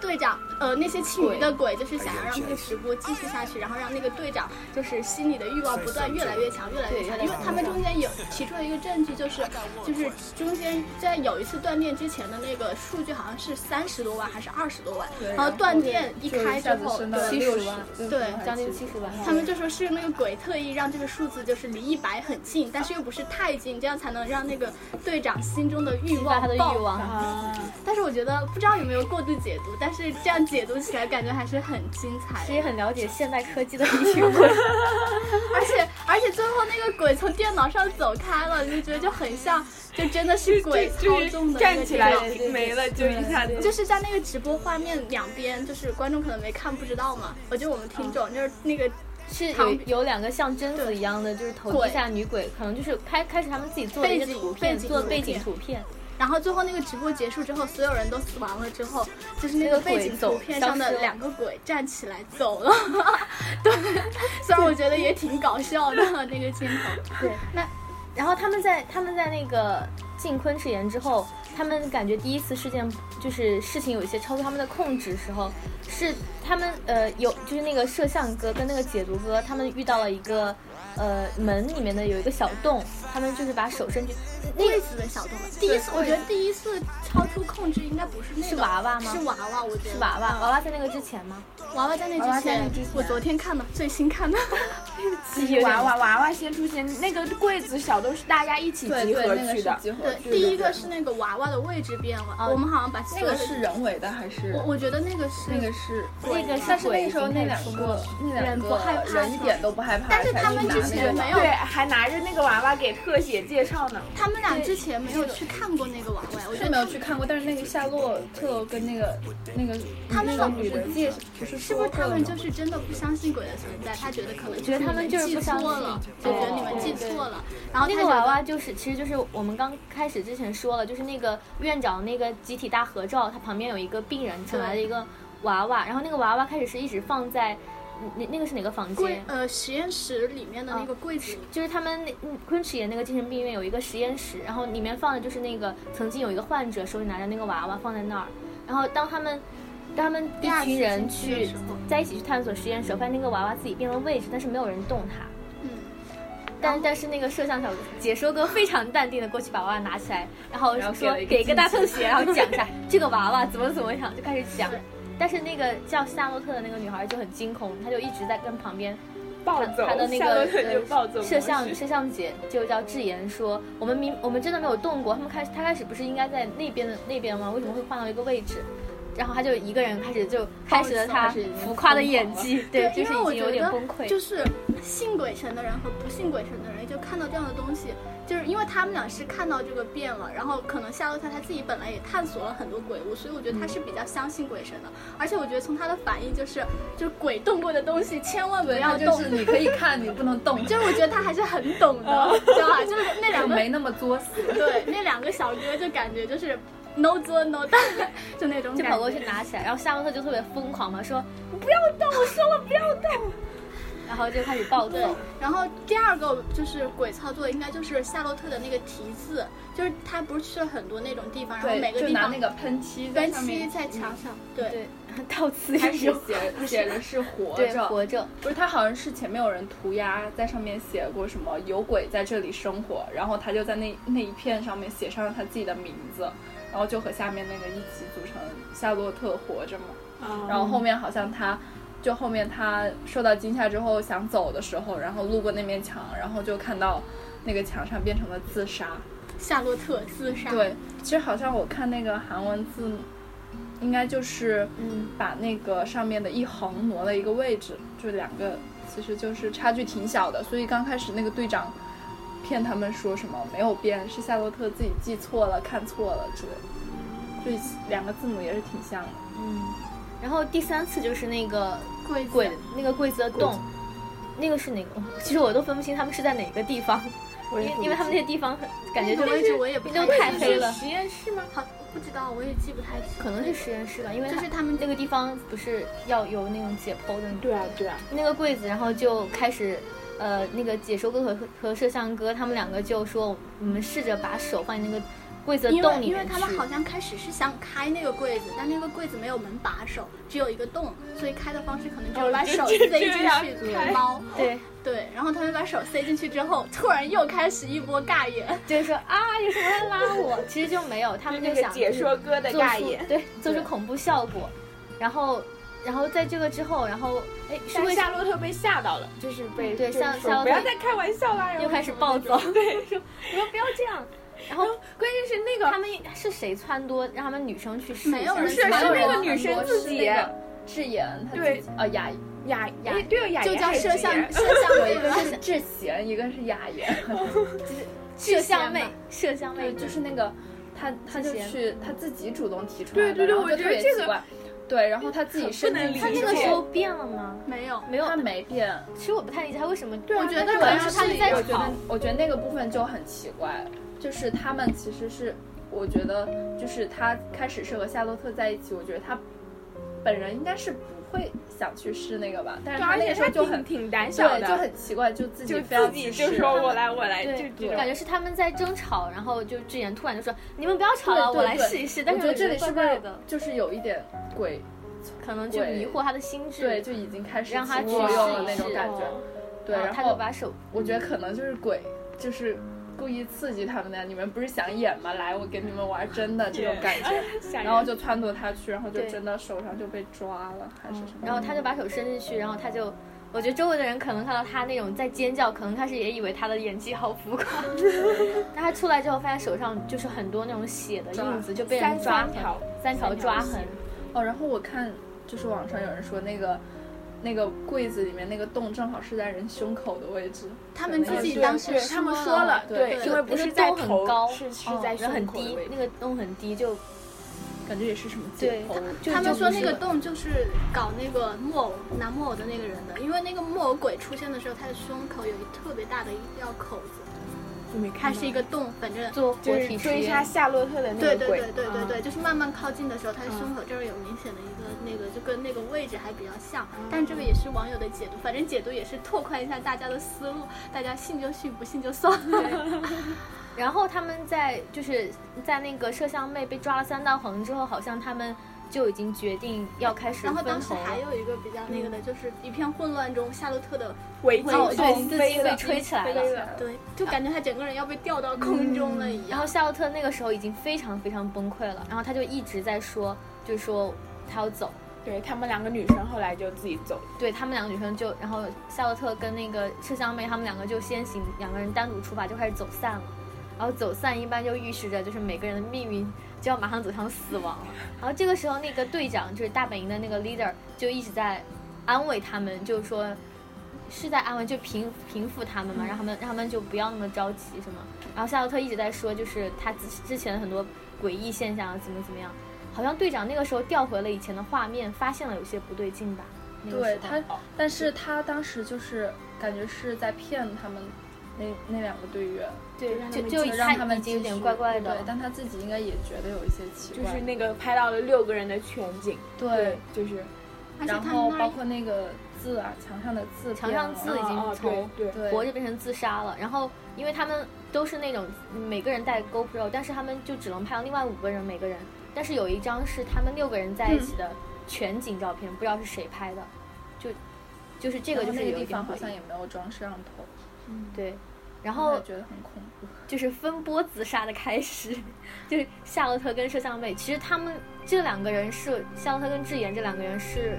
Speaker 3: 队长呃那些其余的鬼就是想要让这个直播继续下去，然后让那个队长就是心里的欲望不断越来越强，越来越强，因为他们中间有提出了一个证据，就是就是中间在有一次断电之前的那个数据好像是三十多万还是二十多万，然后断电一
Speaker 8: 就
Speaker 3: 开
Speaker 8: 一
Speaker 3: 之
Speaker 8: 下子
Speaker 3: 后
Speaker 8: 升到
Speaker 3: 对
Speaker 6: 七十万嗯
Speaker 8: 60
Speaker 3: 对
Speaker 6: 将近七十万，
Speaker 3: 他们就说是那个鬼特意让这个数字就是离一百很近，但是又不是太近，这样才能让那个队长心中的欲
Speaker 6: 激发
Speaker 3: 望
Speaker 6: 他的欲
Speaker 3: 爆
Speaker 6: 望。
Speaker 9: 啊，
Speaker 3: 但是我觉得不知道有没有过度解读，但是这样解读起来感觉还是很精彩
Speaker 6: 其
Speaker 3: 的
Speaker 6: 实。很了解现代科技 的一循环，
Speaker 3: 而且而且最后那个鬼从电脑上走开了，你就觉得就很像，就真的是鬼操 纵的那个
Speaker 9: 站起来
Speaker 3: 电脑
Speaker 9: 没了，就一下子
Speaker 3: 就是在那个直播画面两边，就是观众可能没看不知道嘛，我觉得我们听众就是那个
Speaker 6: 是有
Speaker 3: 旁
Speaker 6: 有两个像贞子一样的，就是头
Speaker 3: 鬼
Speaker 6: 低下女鬼，可能就是开开始他们自己做了一
Speaker 3: 背
Speaker 6: 些
Speaker 3: 景
Speaker 6: 图片，
Speaker 3: 背景
Speaker 6: 做
Speaker 3: 图
Speaker 6: 背景
Speaker 3: 片
Speaker 6: 图片，
Speaker 3: 然后最后那个直播结束之后，所有人都死亡了之后，就是那
Speaker 6: 那
Speaker 3: 个
Speaker 6: 个鬼
Speaker 3: 背景
Speaker 6: 走
Speaker 3: 图片
Speaker 6: 消
Speaker 3: 上的
Speaker 6: 失了
Speaker 3: 两个鬼站起来走了。 对，虽然我觉得也挺搞笑的那个镜头。
Speaker 6: 对，那然后他们在他们在那个进昆池岩之后，他们感觉第一次事件就是事情有一些超出他们的控制时候，是他们呃有就是那个摄像哥跟那个解读哥，他们遇到了一个呃门里面的有一个小洞，他们就是把手伸进去，那
Speaker 3: 柜
Speaker 6: 个
Speaker 3: 子的小动物，第一次我觉得第一次超出控制应该不是那个，
Speaker 6: 是娃娃吗
Speaker 3: 是娃娃，我觉得
Speaker 6: 是娃娃，娃娃在那个之前吗？
Speaker 3: 娃娃在那之前，我昨天看的最新看的。
Speaker 9: 娃娃娃娃先出现，那个柜子小都是大家一起
Speaker 3: 嗯
Speaker 8: 对
Speaker 9: 集
Speaker 8: 对，
Speaker 9: 合
Speaker 8: 那个
Speaker 9: 去
Speaker 8: 是
Speaker 9: 的，
Speaker 8: 集合
Speaker 3: 对，
Speaker 8: 去的。
Speaker 3: 第一个是那个娃娃的位置变了，我们好像把所
Speaker 8: 那
Speaker 3: 有
Speaker 8: 个
Speaker 3: 的
Speaker 8: 是人为的还是
Speaker 3: 我我觉得那个是
Speaker 8: 那个是？
Speaker 6: 那个
Speaker 8: 但是
Speaker 6: 鬼
Speaker 8: 那个时候
Speaker 6: 已经
Speaker 8: 那
Speaker 6: 开
Speaker 8: 两
Speaker 6: 始出
Speaker 8: 个那两
Speaker 3: 人不害
Speaker 8: 个
Speaker 3: 怕
Speaker 8: 人一
Speaker 3: 是吧
Speaker 8: 点都不害怕，
Speaker 3: 但是他们
Speaker 8: 才
Speaker 3: 之
Speaker 8: 去拿那
Speaker 3: 前
Speaker 8: 个
Speaker 3: 没有
Speaker 9: 对，还拿着那个娃娃给特写介绍呢。
Speaker 3: 他们俩之前没有去看过那个娃娃，我觉
Speaker 8: 是
Speaker 3: 得
Speaker 8: 没有去看过，但是那个夏洛特跟那个那个
Speaker 3: 他们
Speaker 8: 那个
Speaker 3: 老
Speaker 8: 女的
Speaker 3: 是
Speaker 8: 介不是
Speaker 3: 是
Speaker 8: 说
Speaker 3: 不是他
Speaker 8: 过
Speaker 3: 们
Speaker 8: 了
Speaker 3: 就
Speaker 8: 吗
Speaker 3: 是真的不相信鬼的存在？他觉得可能
Speaker 6: 觉得他们就是
Speaker 3: 你
Speaker 6: 不
Speaker 3: 们记
Speaker 6: 相
Speaker 3: 错
Speaker 6: 信哦
Speaker 3: 了，就觉得你们记错了。然后
Speaker 6: 那
Speaker 3: 他
Speaker 6: 个
Speaker 3: 觉
Speaker 6: 娃
Speaker 3: 得
Speaker 6: 娃就是，其实就是我们刚开始之前说了，就是那个院长那个集体大合照，它旁边有一个病人请来了一个娃娃，然后那个娃娃开始是一直放在嗯那那个是哪个房
Speaker 3: 柜
Speaker 6: 间？
Speaker 3: 呃实验室里面的那个柜子里，
Speaker 6: 就是他们那嗯昆池岩那个精神病院有一个实验室，然后里面放的就是那个曾经有一个患者手里拿着那个娃娃放在那儿，然后当他们当他们
Speaker 3: 第二
Speaker 6: 一
Speaker 3: 次
Speaker 6: 群
Speaker 3: 进
Speaker 6: 人
Speaker 3: 去的
Speaker 6: 去
Speaker 3: 时候
Speaker 6: 在一起去探索实验室，发现那个娃娃自己变了位置，但是没有人动它。
Speaker 3: 嗯，
Speaker 6: 但但是那个摄像小解说哥非常淡定的过去把娃娃拿起来，然后
Speaker 8: 然后
Speaker 6: 说
Speaker 8: 给了一个
Speaker 6: 给一个大特写，然后讲一下这个娃娃怎么怎么样，就开始讲
Speaker 3: 对。
Speaker 6: 但是那个叫夏洛特的那个女孩就很惊恐，她就一直在跟旁边
Speaker 9: 暴
Speaker 6: 她
Speaker 9: 走，
Speaker 6: 她的那
Speaker 9: 夏
Speaker 6: 个
Speaker 9: 洛特就暴走
Speaker 6: 呃
Speaker 9: 模式
Speaker 6: 摄像摄像姐就叫智妍说，我们明我们真的没有动过，他们开始她开始不是应该在那边的那边吗？为什么会换到一个位置？然后他就一个人开始就开始了
Speaker 9: 啊
Speaker 6: 他浮夸的演技，对，就是已经有点崩溃。
Speaker 3: 就是信鬼神的人和不信鬼神的人，就看到这样的东西，就是因为他们俩是看到这个变了，然后可能夏洛特他自己本来也探索了很多鬼屋，所以我觉得他是比较相信鬼神的。而且我觉得从他的反应就是，就是鬼动过的东西千万不要动，
Speaker 10: 就是你可 以看，你不能动。
Speaker 3: 就是我觉得他还是很懂的，知道吧？就是那两个
Speaker 10: 没那么作死。
Speaker 3: 对，那两个小哥就感觉就是。no 作 no 当， 就那种。
Speaker 6: 就跑过去拿起来，然后夏洛特就特别疯狂嘛，说你不要动，我说 了不要动，然后就开始暴
Speaker 3: 动。然后第二个就是鬼操作，应该就是夏洛特的那个题字，就是他不是去了很多那种地方，然后每个地
Speaker 8: 方拿那个喷漆，
Speaker 3: 喷漆在墙上，对。
Speaker 6: 嗯对到此
Speaker 8: 开始写写的是活着，
Speaker 6: 活着
Speaker 8: 不是他好像是前面有人涂鸦在上面写过什么有鬼在这里生活，然后他就在那那一片上面写上了他自己的名字，然后就和下面那个一起组成夏洛特活着嘛。嗯、然后后面好像他就后面他受到惊吓之后想走的时候，然后路过那面墙，然后就看到那个墙上变成了自杀，
Speaker 3: 夏洛特自杀。
Speaker 8: 对，其实好像我看那个韩文字。应该就是把那个上面的一横挪了一个位置，就两个其实就是差距挺小的，所以刚开始那个队长骗他们说什么没有变，是夏洛特自己记错了、看错了之类的，就两个字母也是挺像的。
Speaker 6: 嗯，然后第三次就是那个柜柜那个柜子的洞，那个是哪个？其实我都分不清他们是在哪个地方，因因为他们那些地方感觉就
Speaker 3: 位置我也不
Speaker 6: 就太黑了。
Speaker 9: 实验室吗？
Speaker 3: 好。不知道，我也记不太清。
Speaker 6: 可能是实验室吧，因为
Speaker 3: 就是他们
Speaker 6: 那个地方不是要有那种解剖的。
Speaker 9: 对啊，对啊。
Speaker 6: 那个柜子，然后就开始，呃，那个解说哥和和摄像哥他们两个就说，我们试着把手放进那个柜子洞里面
Speaker 3: 因为他们好像开始是想开那个柜子，但那个柜子没有门把手，只有一个洞，所以开的方式可能只
Speaker 9: 哦
Speaker 3: 有把手塞进去猫。
Speaker 6: 对。
Speaker 3: 对，然后他们把手塞进去之后，突然又开始一波尬演，
Speaker 6: 就是说啊，有什么人拉我？其实就没有，他们就想
Speaker 9: 解说哥的尬演，
Speaker 6: 对，做出恐怖效果。然后，然后在这个之后，然后哎，是为
Speaker 9: 夏洛特被吓到了，就是被
Speaker 6: 对夏夏洛特
Speaker 9: 不要再开玩笑啦，
Speaker 6: 又开始暴走，
Speaker 9: 对，
Speaker 6: 说你们不要这样。然后
Speaker 9: 关键是那个
Speaker 6: 他们是谁撺掇让他们女生去试？
Speaker 3: 没有人，
Speaker 9: 是是那个女生自己
Speaker 8: 智妍，对，呃雅。
Speaker 9: 雅雅对哦雅
Speaker 3: 就叫摄像摄
Speaker 8: 像 妹，一个是智贤，一个是雅妍，
Speaker 6: 摄像妹，摄像妹
Speaker 8: 就是那个，她她就去她自己主动提出
Speaker 9: 来的，对对对，我
Speaker 8: 觉得
Speaker 9: 这个
Speaker 8: 对，然后她自己身体，
Speaker 6: 她那个时候变了吗？
Speaker 3: 没有，
Speaker 6: 没有，
Speaker 8: 她没变。
Speaker 6: 其实我不太理解她为什么，
Speaker 3: 我觉得
Speaker 8: 可能是
Speaker 6: 她是在
Speaker 8: 我觉得我觉得那个部分就很奇怪，就是他们其实是，我觉得就是她开始是和夏洛特在一起，我觉得她本人应该是不会。想去试那个吧，但是他那时候就很
Speaker 9: 挺胆小
Speaker 8: 的，就很奇怪，就自己
Speaker 9: 就
Speaker 8: 自
Speaker 9: 己就说我来我来，就
Speaker 6: 感觉是他们在争吵，然后就智妍突然就说你们不要吵了，我来试一试。但是
Speaker 8: 我觉得这里是
Speaker 6: 不是
Speaker 8: 就是有一点鬼，
Speaker 6: 可能就迷惑他的心智，
Speaker 8: 对，就已经开始
Speaker 6: 让他去
Speaker 8: 用了那
Speaker 6: 种
Speaker 8: 感觉，对，然后
Speaker 6: 哦他就把手，
Speaker 8: 我觉得可能就是鬼，就是故意刺激他们的，你们不是想演吗？来，我给你们玩真的这种感觉。然后就撺掇他去，然后就真的手上就被抓了，还是什么？
Speaker 6: 嗯然后他就把手伸进去，然后他就，我觉得周围的人可能看到他那种在尖叫，可能开始也以为他的演技好浮夸。 但他出来之后，发现手上就是很多那种血的印子，就被人抓痕，
Speaker 9: 三
Speaker 6: 条抓痕。
Speaker 8: 哦，然后我看就是网上有人说那个。那个柜子里面那个洞正好是在人胸口的位置，
Speaker 3: 他们自己当时
Speaker 9: 他们说了，对，因为不是在
Speaker 6: 很高，嗯
Speaker 9: 是是在
Speaker 6: 很低，那个洞很低就。
Speaker 8: 感觉也是什么解
Speaker 6: 剖？
Speaker 8: 对，
Speaker 3: 他们说那个洞就是搞那个木偶拿木偶的那个人的，因为那个木偶鬼出现的时候，他的胸口有一特别大的一道口子。
Speaker 6: 没
Speaker 3: 看是一个洞，反正
Speaker 6: 做
Speaker 9: 就是追杀夏洛特的那
Speaker 3: 个鬼。对对对对对
Speaker 8: 嗯
Speaker 3: 对，就是慢慢靠近的时候，他的胸口这儿有明显的一个那个，就跟那个位置还比较像。
Speaker 8: 嗯
Speaker 3: 但这个也是网友的解读，反正解读也是拓宽一下大家的思路，大家信就信，不信就算 了。
Speaker 6: 然后他们在就是在那个摄像妹被抓了三道横之后，好像他们。就已经决定要开始
Speaker 3: 然后当时还有一个比较那
Speaker 8: 嗯
Speaker 3: 个的，就是一片混乱中，夏洛特的
Speaker 9: 围
Speaker 6: 巾对
Speaker 9: 自己
Speaker 6: 被吹起来
Speaker 3: 了，对，就感觉他整个人要被吊到
Speaker 8: 嗯
Speaker 3: 空中了一样。
Speaker 6: 嗯然后夏洛特那个时候已经非常非常崩溃了，然后他就一直在说，就说他要走。
Speaker 9: 对他们两个女生后来就自己走。
Speaker 6: 对他们两个女生就，然后夏洛特跟那个摄像妹他们两个就先行，两个人单独出发就开始走散了。然后走散一般就预示着就是每个人的命运就要马上走向死亡了。然后这个时候，那个队长就是大本营的那个 leader 就一直在安慰他们，就是说是在安慰，就平平复他们嘛，让他们让他们就不要那么着急什么。然后夏洛特一直在说，就是他之之前的很多诡异现象啊，怎么怎么样。好像队长那个时候调回了以前的画面，发现了有些不对劲吧？那个、
Speaker 8: 对他，但是他当时就是感觉是在骗他们那那两个队员，
Speaker 6: 对，就
Speaker 8: 就让他们
Speaker 6: 已经有点怪怪的，
Speaker 8: 对，但他自己应该也觉得有一些奇
Speaker 11: 怪，就是那个拍到了六个人的全景，
Speaker 8: 对，
Speaker 11: 就是，
Speaker 8: 然后包括那个字啊，墙上的字，
Speaker 6: 墙上字已
Speaker 11: 哦
Speaker 6: 经从活着变成自杀了，
Speaker 8: 啊啊、
Speaker 6: 然后因为他们都是那种每个人带 GoPro，但是他们就只能拍到另外五个人每个人。但是有一张是他们六个人在一起
Speaker 8: 嗯
Speaker 6: 的全景照片，嗯、不知道是谁拍的，就就是这个就是有
Speaker 8: 地方好像也没有装摄像头，
Speaker 6: 嗯，对，然后
Speaker 8: 觉得很恐怖，
Speaker 6: 就是分波自杀的开始，就是夏洛特跟摄像妹，其实他们这两个人是夏洛特跟智妍这两个人是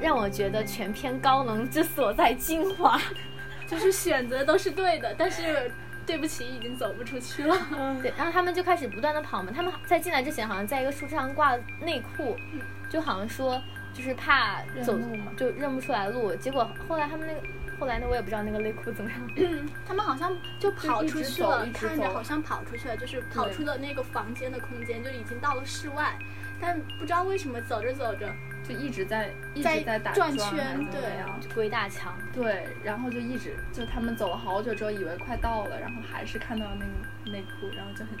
Speaker 6: 让我觉得全片高能之所在精华，
Speaker 3: 就是选择都是对的，但是。对不起，已经走不出去了。
Speaker 6: 对，然后他们就开始不断的跑嘛。他们在进来之前，好像在一个树枝上挂内裤，嗯、就好像说就是怕走就认不出来路。结果后来他们那个后来呢，我也不知道那个内裤怎么样。
Speaker 3: 嗯、他们好像就跑出去了，看着好像跑出去了，就是
Speaker 8: 嗯
Speaker 3: 跑出了那个房间的空间，就已经到了室外，但不知道为什么走着走着。
Speaker 8: 就一直在一直在打啊
Speaker 3: 转圈，对，
Speaker 6: 鬼打墙，
Speaker 8: 对，然后就一直就他们走了好久之后，以为快到了，然后还是看到那个内裤，然后就很。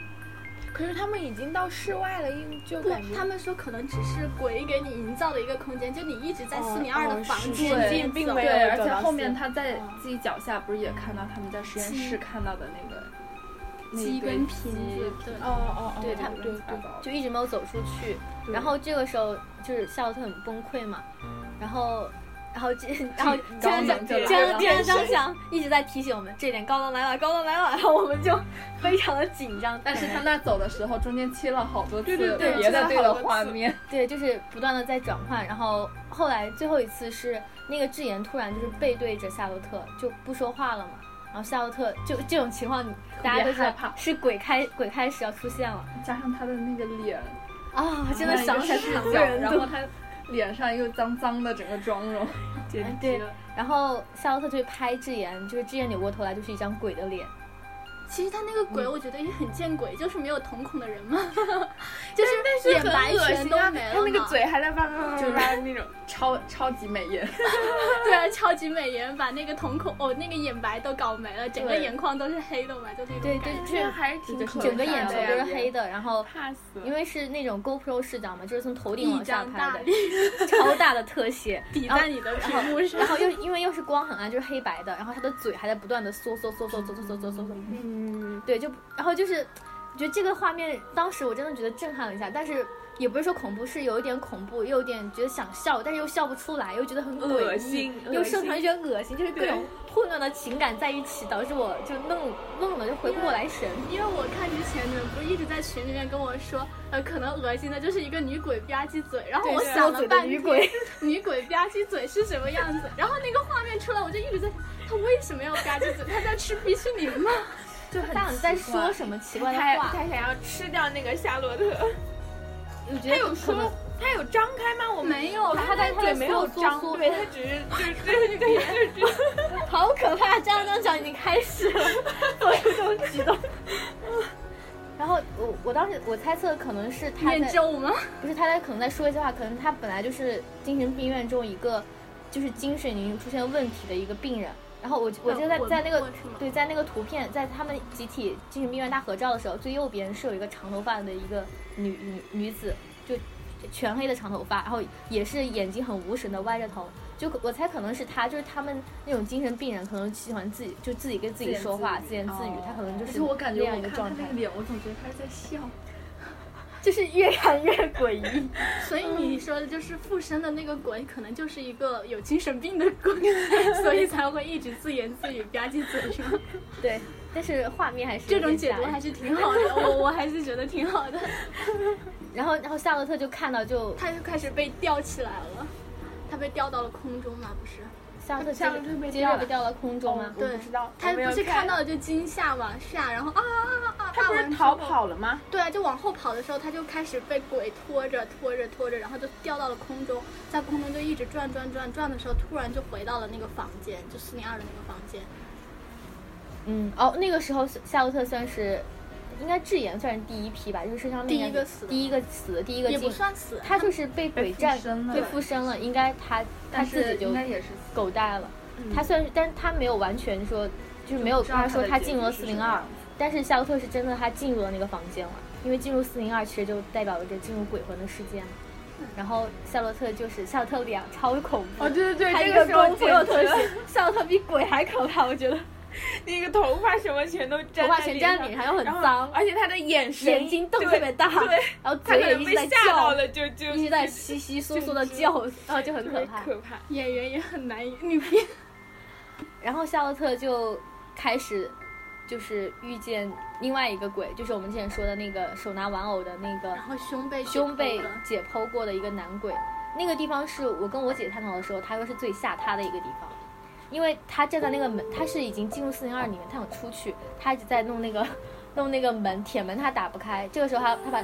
Speaker 9: 可是他们已经到室外了，因就感觉
Speaker 3: 他们说可能只是鬼给你营造的一个空间，就你一直在四米二的房间
Speaker 8: 里，
Speaker 3: 并
Speaker 8: 没有。对，而且后面他在自己脚下不是也看到他们在实验室看到的那个。
Speaker 3: 鸡跟瓶子，对，哦
Speaker 6: 哦哦，对他们就一直没有走出去。然后这个时候就是夏洛特很崩溃嘛，然后，然后这，然后这样讲，这样这样张翔一直在提醒我们，这点高能来了，高能来了，然 后我们就非常的紧张。
Speaker 8: 但是他那走的时候，中间切了好多次
Speaker 11: 别
Speaker 8: 的队的画面，
Speaker 6: 对，就是不断的在转换。然后后来最后一次是那个智妍突然就是背对着夏洛特就不说话了嘛。然后夏洛特就这种情况，大家都
Speaker 8: 害怕，
Speaker 6: 是鬼开鬼开始要出现了，
Speaker 8: 加上他的那个脸
Speaker 6: 啊，真的想起来
Speaker 8: 很人然后他脸上又脏脏的，整个妆容，
Speaker 10: 哎
Speaker 6: 嗯对。然后夏洛特就拍智妍，就是智妍扭过头来就是一张鬼的脸。
Speaker 3: 其实他那个鬼，我觉得也很见鬼，就是没有瞳孔的人嘛， 就是
Speaker 9: 脸
Speaker 11: 啊
Speaker 3: 白全都没了，他
Speaker 9: 那个嘴还在叭叭叭叭
Speaker 8: 那种超超级美颜，
Speaker 3: 对啊，超级美颜把那个瞳孔哦那个眼白都搞没了，整个眼眶都是黑的嘛，就那种
Speaker 6: 对对，
Speaker 9: 这个还是挺可
Speaker 6: 整个眼球都是黑的，然后
Speaker 9: 怕死，
Speaker 6: 因为是那种 GoPro 视角嘛，就是从头顶往下拍
Speaker 3: 的，
Speaker 6: 超大的特写
Speaker 3: 抵在你的屏幕 上，
Speaker 6: 然后又因为又是光很暗，就是黑白的，然后他的嘴还在不断的缩缩缩缩缩缩缩缩缩缩。嗯，对，就然后就是，我觉得这个画面当时我真的觉得震撼了一下，但是也不是说恐怖，是有一点恐怖，又有点觉得想笑，但是又笑不出来，又觉得很
Speaker 11: 恶心，
Speaker 6: 又生成一些恶心，就是各种混乱的情感在一起，导致我就愣愣了，就回不过来神。
Speaker 3: 因为我看之前你们不是一直在群里面跟我说，呃，可能恶心的就是一个女鬼吧唧嘴，然后我想了半天，
Speaker 6: 女鬼
Speaker 3: 女鬼吧唧嘴是什么样子？然后那个画面出来，我就一直在想，她为什么要吧唧嘴？她在吃冰淇淋吗？
Speaker 6: 就很想在说什么奇怪的话，
Speaker 11: 他想要吃掉那个夏洛特。
Speaker 6: 我觉
Speaker 11: 得他有说，他有张开吗？我
Speaker 3: 没
Speaker 9: 哦
Speaker 3: 有，
Speaker 11: 他
Speaker 6: 在
Speaker 11: 嘴没有张，对，他只是就是就是就是，
Speaker 6: 好可怕！张张讲已经开始了，做出这种举动。然后我我当时我猜测可能是他
Speaker 3: 念咒 吗？
Speaker 6: 不是，他在可能在说一些话，可能他本来就是精神病院中一个就是精神已经出现问题的一个病人。然后我
Speaker 8: 嗯
Speaker 6: 我记得在在那个对在那个图片在他们集体精神病院大合照的时候，最右边是有一个长头发的一个女女女子，就全黑的长头发，然后也是眼睛很无神的歪着头，就我猜可能是她，就是他们那种精神病人可能喜欢自己就自己跟自己说话自言自语，她、哦、可能就是
Speaker 8: 我感觉
Speaker 6: 那样一个状态。
Speaker 8: 脸，我总觉得她在笑。
Speaker 6: 就是越看越诡异，
Speaker 3: 所以你说的就是附身的那个鬼，可能就是一个有精神病的 鬼，所以才会一直自言自语吧唧嘴是吗？
Speaker 6: 对，但是画面还是
Speaker 3: 这种解读还是挺好的，我我还是觉得挺 好的。
Speaker 6: 然后，然后夏洛特就看到就
Speaker 3: 他就开始被吊起来了，他被吊到了空中嘛，不是？
Speaker 6: 夏洛特接着被吊哦到空中吗？
Speaker 3: 对，他不是看到了就惊吓往下，然后啊啊啊啊！
Speaker 9: 他不是逃跑了吗？
Speaker 3: 对，啊就往后跑的时候，他就开始被鬼拖着拖着拖着，然后就掉到了空中，在空中就一直转转转转的时候，突然就回到了那个房间，就四零二的那个房间。
Speaker 6: 嗯，哦，那个时候夏洛特算是。应该智妍算是第一批吧，就是身上
Speaker 3: 第一个死，
Speaker 6: 第一个死，第一个
Speaker 3: 也不算死，
Speaker 6: 他就是被鬼战被附身了，应该他他自己就狗带了，嗯、他虽然但他没有完全说，就是没有跟他说他进入了四零二，但是夏洛特是真的他进入了那个房间了，因为进入四零二其实就代表着进入鬼魂的世界嘛。然后夏洛特就是夏洛特脸超恐怖，
Speaker 9: 哦对对对，
Speaker 6: 他
Speaker 9: 这个
Speaker 6: 功夫又特写， 夏洛特比鬼还可怕，我觉得。
Speaker 9: 那个头发什么全都粘，
Speaker 6: 头发全粘脸上，又很脏，
Speaker 9: 而且他的眼神
Speaker 6: 眼睛瞪特别大，
Speaker 9: 对，
Speaker 6: 然后嘴也一直在叫，
Speaker 9: 了就就
Speaker 6: 一直在稀稀疏疏的叫，然后就很可怕。
Speaker 9: 可怕，
Speaker 3: 演员也很难女 编。
Speaker 6: 然后夏洛特就开始就是遇见另外一个鬼，就是我们之前说的那个手拿玩偶的那个，
Speaker 3: 然后胸被
Speaker 6: 胸被解剖过的一个男鬼。那个地方是我跟我姐探讨的时候，她说是最吓她的一个地方。因为他站在那个门，他是已经进入四零二里面，他想出去，他一直在弄那个， 弄那个门，铁门他打不开。这个时候他他把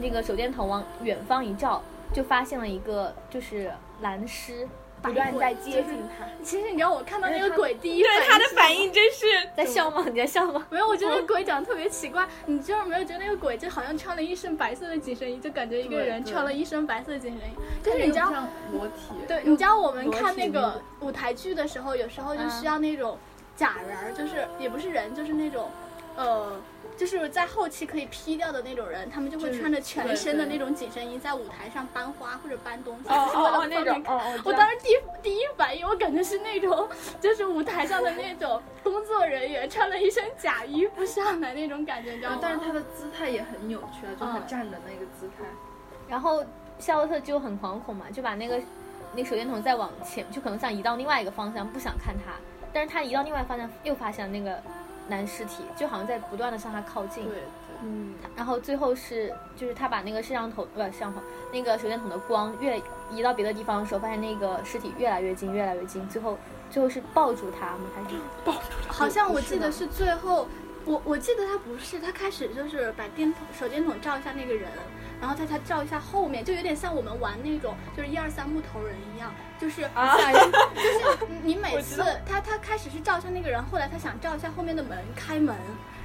Speaker 6: 那个手电筒往远方一照，就发现了一个就是蓝尸，
Speaker 9: 不断在接近他。
Speaker 3: 其实你知道我看到那个鬼第一
Speaker 9: 对他的反应真是
Speaker 6: 在笑吗？你在笑吗？
Speaker 3: 没有，我觉得鬼长得特别奇怪。你知道没有？觉得那个鬼就好像穿了一身白色的紧身衣，就感觉一个人穿了一身白色的紧身衣，就是你知道
Speaker 10: 裸体。
Speaker 3: 对，你知道我们看那个舞台剧的时候，有时候就需要那种假人儿，就是也不是人，就是那种，呃。就是在后期可以 P 掉的那种人，他们就会穿着全身的那种紧身衣在舞台上搬花或者搬东西，
Speaker 9: 哦哦哦那种。
Speaker 3: 我当时第第一反应，我感觉是那种，就是舞台上的那种工作人员穿了一身假衣服上来那种感觉，你知道吗？
Speaker 10: 但是他的姿态也很扭曲，就
Speaker 9: 哦
Speaker 10: 他站着那个姿态。
Speaker 6: 然后夏洛特就很惶恐嘛，就把那个那手电筒再往前，就可能想移到另外一个方向，不想看他。但是他移到另外方向，又发现那个。男尸体就好像在不断的向他靠近，
Speaker 10: 对，对
Speaker 6: 嗯，然后最后是就是他把那个摄像头不、呃、摄像头那个手电筒的光越移到别的地方的时候，发现那个尸体越来越近，越来越近，最后最后是抱住他吗？还是
Speaker 9: 抱住？
Speaker 3: 好像我记得是最后，我我记得他不是，他开始就是把电筒手电筒照一下那个人，然后他才照一下后面，就有点像我们玩那种就是一二三木头人一样。就是啊， 就是你每次他他开始是照向那个人，后来他想照一下后面的门，开门，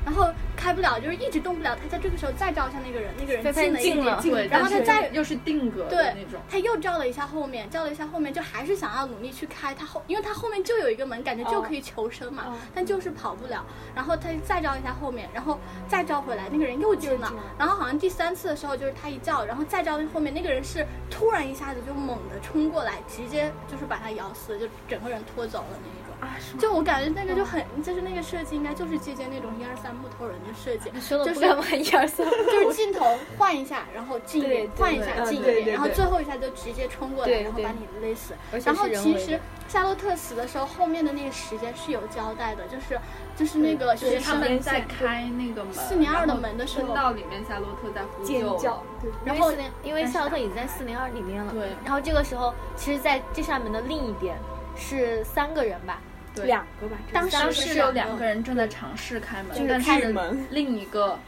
Speaker 3: 然后开不了，就是一直动不了。他在这个时候再照向那个人，那个人
Speaker 6: 进
Speaker 3: 了一
Speaker 6: 点
Speaker 10: 近，
Speaker 3: 然后他再
Speaker 10: 又是定格
Speaker 3: 对
Speaker 10: 那种，
Speaker 3: 他又照了一下后面，照了一下后面，就还是想要努力去开他后，因为他后面就有一个门，感觉就可以求生嘛，但就是跑不了。然后他再照一下后面，然后再照回来，那个人又进了。然后好像第三次的时候，就是他一照，然后再照后面那个人是突然一下子就猛地冲过来，直接。就是把他咬死，就整个人拖走了那一种。
Speaker 9: 啊，
Speaker 3: 就我感觉那个就很，就是那个设计应该就是借鉴那种一二三木头人的设计，
Speaker 6: 说的不敢玩一二三，
Speaker 3: 就是镜头换一下，然后近一点，换一
Speaker 10: 嗯
Speaker 3: 下近一点，然后最后一下就直接冲过来，然后把你勒死。然后其实夏洛特死的时候，后面的那个时间是有交代的，就是就是那个学
Speaker 10: 生们在开那个门，
Speaker 3: 四零二的门的时候，
Speaker 10: 到里面夏洛特在呼
Speaker 9: 救，
Speaker 6: 然后哎因为夏洛特已经在四零二里面了，
Speaker 10: 对。
Speaker 6: 然后这个时候，其实在这扇门的另一边是三个人吧。
Speaker 10: 两个吧，
Speaker 6: 当
Speaker 10: 时是有两个人正在尝试开门，
Speaker 6: 就是
Speaker 10: 开门。另一个，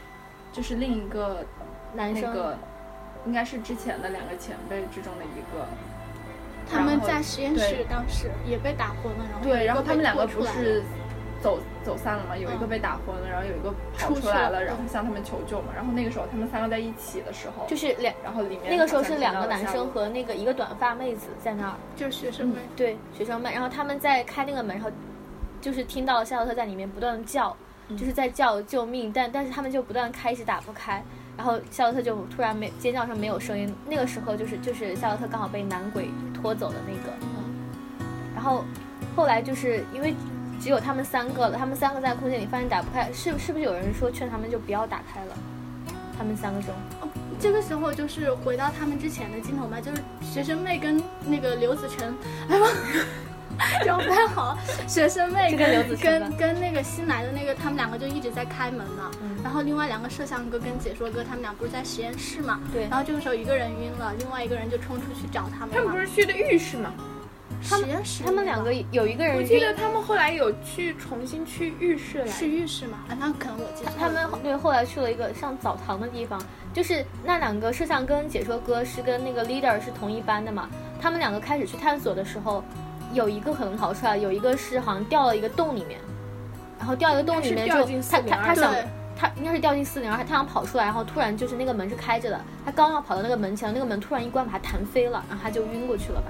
Speaker 10: 就是另一个
Speaker 6: 男生，
Speaker 10: 应该是之前的两个前辈之中的一个。
Speaker 3: 他们在实验室当时也被打昏了，然后
Speaker 10: 对，然后他们两
Speaker 3: 个
Speaker 10: 不是走走散了吗？有一
Speaker 6: 嗯
Speaker 10: 个被打昏了，然后有一个跑出来了，然后向他们求救嘛。然后那个时候他们三个在一起的时候，
Speaker 6: 就是两，
Speaker 10: 然后里面
Speaker 6: 那个时候是两个男生和那个一个短发妹子在那儿，
Speaker 3: 就是学生
Speaker 10: 嗯
Speaker 3: 妹，
Speaker 6: 对学生妹。然后他们在开那个门，然后。就是听到夏洛特在里面不断的叫，就是在叫救命，但但是他们就不断开始打不开，然后夏洛特就突然没尖叫声没有声音，那个时候就是就是夏洛特刚好被男鬼拖走的那个，嗯、然后后来就是因为只有他们三个了，他们三个在空间里发现打不开，是是不是有人说劝他们就不要打开了？他们三个中。
Speaker 3: 这个时候就是回到他们之前的镜头吧，就是学生妹跟那个刘子成， 哎呀。就不太好，学生妹跟跟跟那个新来的那个，他们两个就一直在开门嘛。嗯、然后另外两个摄像哥跟解说哥，他们俩不是在实验室嘛。
Speaker 6: 对。
Speaker 3: 然后这个时候一个人晕了，另外一个人就冲出去找他们。
Speaker 9: 他们不是去的浴室吗？
Speaker 6: 他们他们两个有一个人，
Speaker 11: 我记得他们后来有去重新去浴室来，
Speaker 3: 是浴室吗？啊，那可能我记得。
Speaker 6: 他们对后来去了一个像澡堂的地方，就是那两个摄像跟解说哥是跟那个 leader 是同一班的嘛。他们两个开始去探索的时候，有一个可能逃出来，有一个是好像掉了一个洞里面，然后掉一个洞里面就他他他想。他应该是掉进四零二，他想跑出来，然后突然就是那个门是开着的，他刚要跑到那个门前，那个门突然一关，把他弹飞了，然后他就晕过去了吧。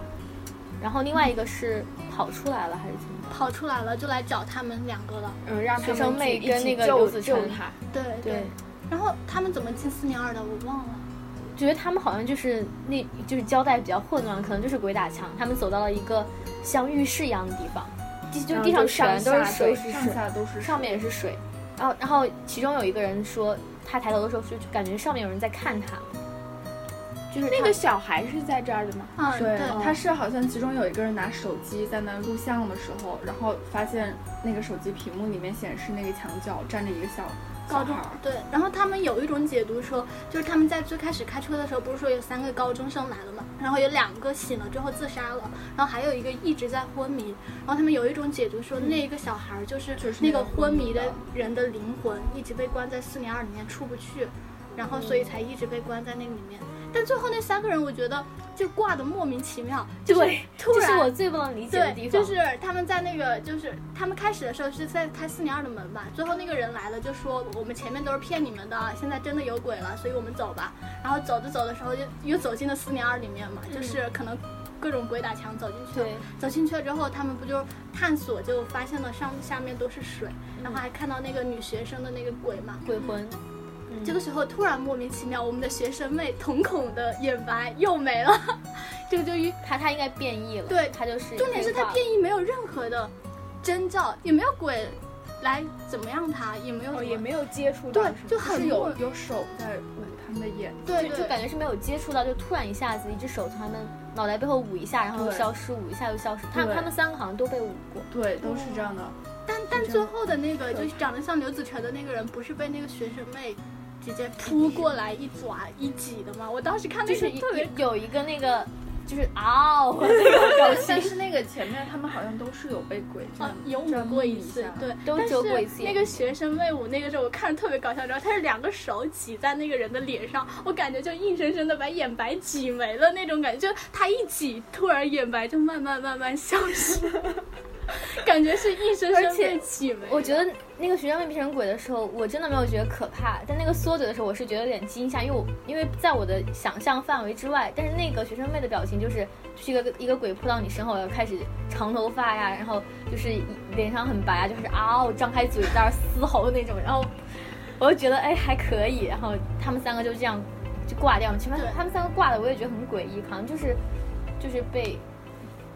Speaker 6: 然后另外一个是跑出来了还是怎么？
Speaker 3: 跑出来了就来找他们两个了。
Speaker 6: 嗯，让学生妹跟那个
Speaker 9: 刘
Speaker 6: 子成
Speaker 9: 他。
Speaker 3: 对
Speaker 6: 对。
Speaker 3: 然后他们怎么进四零二的？我忘了。
Speaker 6: 觉得他们好像就是那就是交代比较混乱，可能就是鬼打墙。他们走到了一个像浴室一样的地方，就地
Speaker 3: 嗯
Speaker 6: 上全都是水，
Speaker 8: 上下都是，嗯
Speaker 6: 上面也是水。然后，然后其中有一个人说，他抬头的时候就感觉上面有人在看他，就是
Speaker 9: 那个小孩是在这儿的吗？
Speaker 3: 啊，
Speaker 8: 对，
Speaker 3: 哦、
Speaker 8: 他是好像其中有一个人拿手机在那录像的时候，然后发现那个手机屏幕里面显示那个墙角站着一个小
Speaker 3: 高中对，然后他们有一种解读说，就是他们在最开始开车的时候，不是说有三个高中生来了嘛，然后有两个醒了之后自杀了，然后还有一个一直在昏迷，然后他们有一种解读说，嗯、那个小孩就是
Speaker 8: 那
Speaker 3: 个昏
Speaker 8: 迷
Speaker 3: 的人的灵魂一直被关在四零二里面出不去，然后所以才一直被关在那里面。嗯、但最后那三个人，我觉得就挂的莫名其妙，就是突
Speaker 6: 然，这是我最不能理解的地
Speaker 3: 方，就是他们在那个就是他们开始的时候是在开四零二的门嘛，最后那个人来了就说。我们前面都是骗你们的，现在真的有鬼了，所以我们走吧。然后走着走的时候就，就又走进了四零二里面嘛，嗯、就是可能各种鬼打墙走进去了。走进去了之后，他们不就探索，就发现了上下面都是水，嗯、然后还看到那个女学生的那个鬼嘛，
Speaker 6: 鬼魂。
Speaker 3: 这个时候突然莫名其妙，我们的学生妹瞳孔的眼白又没了， 这个就
Speaker 6: 她她应该变异了。
Speaker 3: 对，
Speaker 6: 她就是
Speaker 3: 重点是她变异没有任何的征兆，也没有鬼。来怎么样他？他也没有、
Speaker 9: 哦，也没有接触
Speaker 3: 到，对，就
Speaker 8: 很有有手在捂他们的眼，
Speaker 3: 对，
Speaker 6: 就感觉是没有接触到，就突然一下子一只手从他们脑袋背后捂一下，然后又消失，捂一下又消失。他他们三个好像都被捂过，
Speaker 8: 对，都是这样的。
Speaker 6: 哦
Speaker 3: 但但最后的那个就是长得像刘子成的那个人，不是被那个学生妹直接扑过来一抓一挤的吗？我当时看那
Speaker 6: 是
Speaker 3: 特别
Speaker 6: 有一个那个。就是嗷、 哦，那个表情。
Speaker 8: 但是那个前面他们好像都是有被鬼
Speaker 3: 啊，有捂过一次，对，
Speaker 6: 都遮过一次。
Speaker 3: 那个学生妹舞那个时候我看着特别搞笑，然后他是两个手挤在那个人的脸上，我感觉就硬生生的把眼白挤没了那种感觉，就他一挤，突然眼白就慢慢慢慢消 失，感觉是硬生生被挤没。
Speaker 6: 我觉得那个学生妹变成鬼的时候，我真的没有觉得可怕，但那个缩嘴的时候，我是觉得有点惊吓，因为我因为在我的想象范围之外，但是那个学生妹的表情。就是就是一个一个鬼扑到你身后，要开始长头发呀，然后就是脸上很白啊，就是啊、哦，张开嘴在那嘶吼那种，然后我就觉得哎还可以，然后他们三个就这样就挂掉了。其实他们三个挂的我也觉得很诡异，好像就是就是被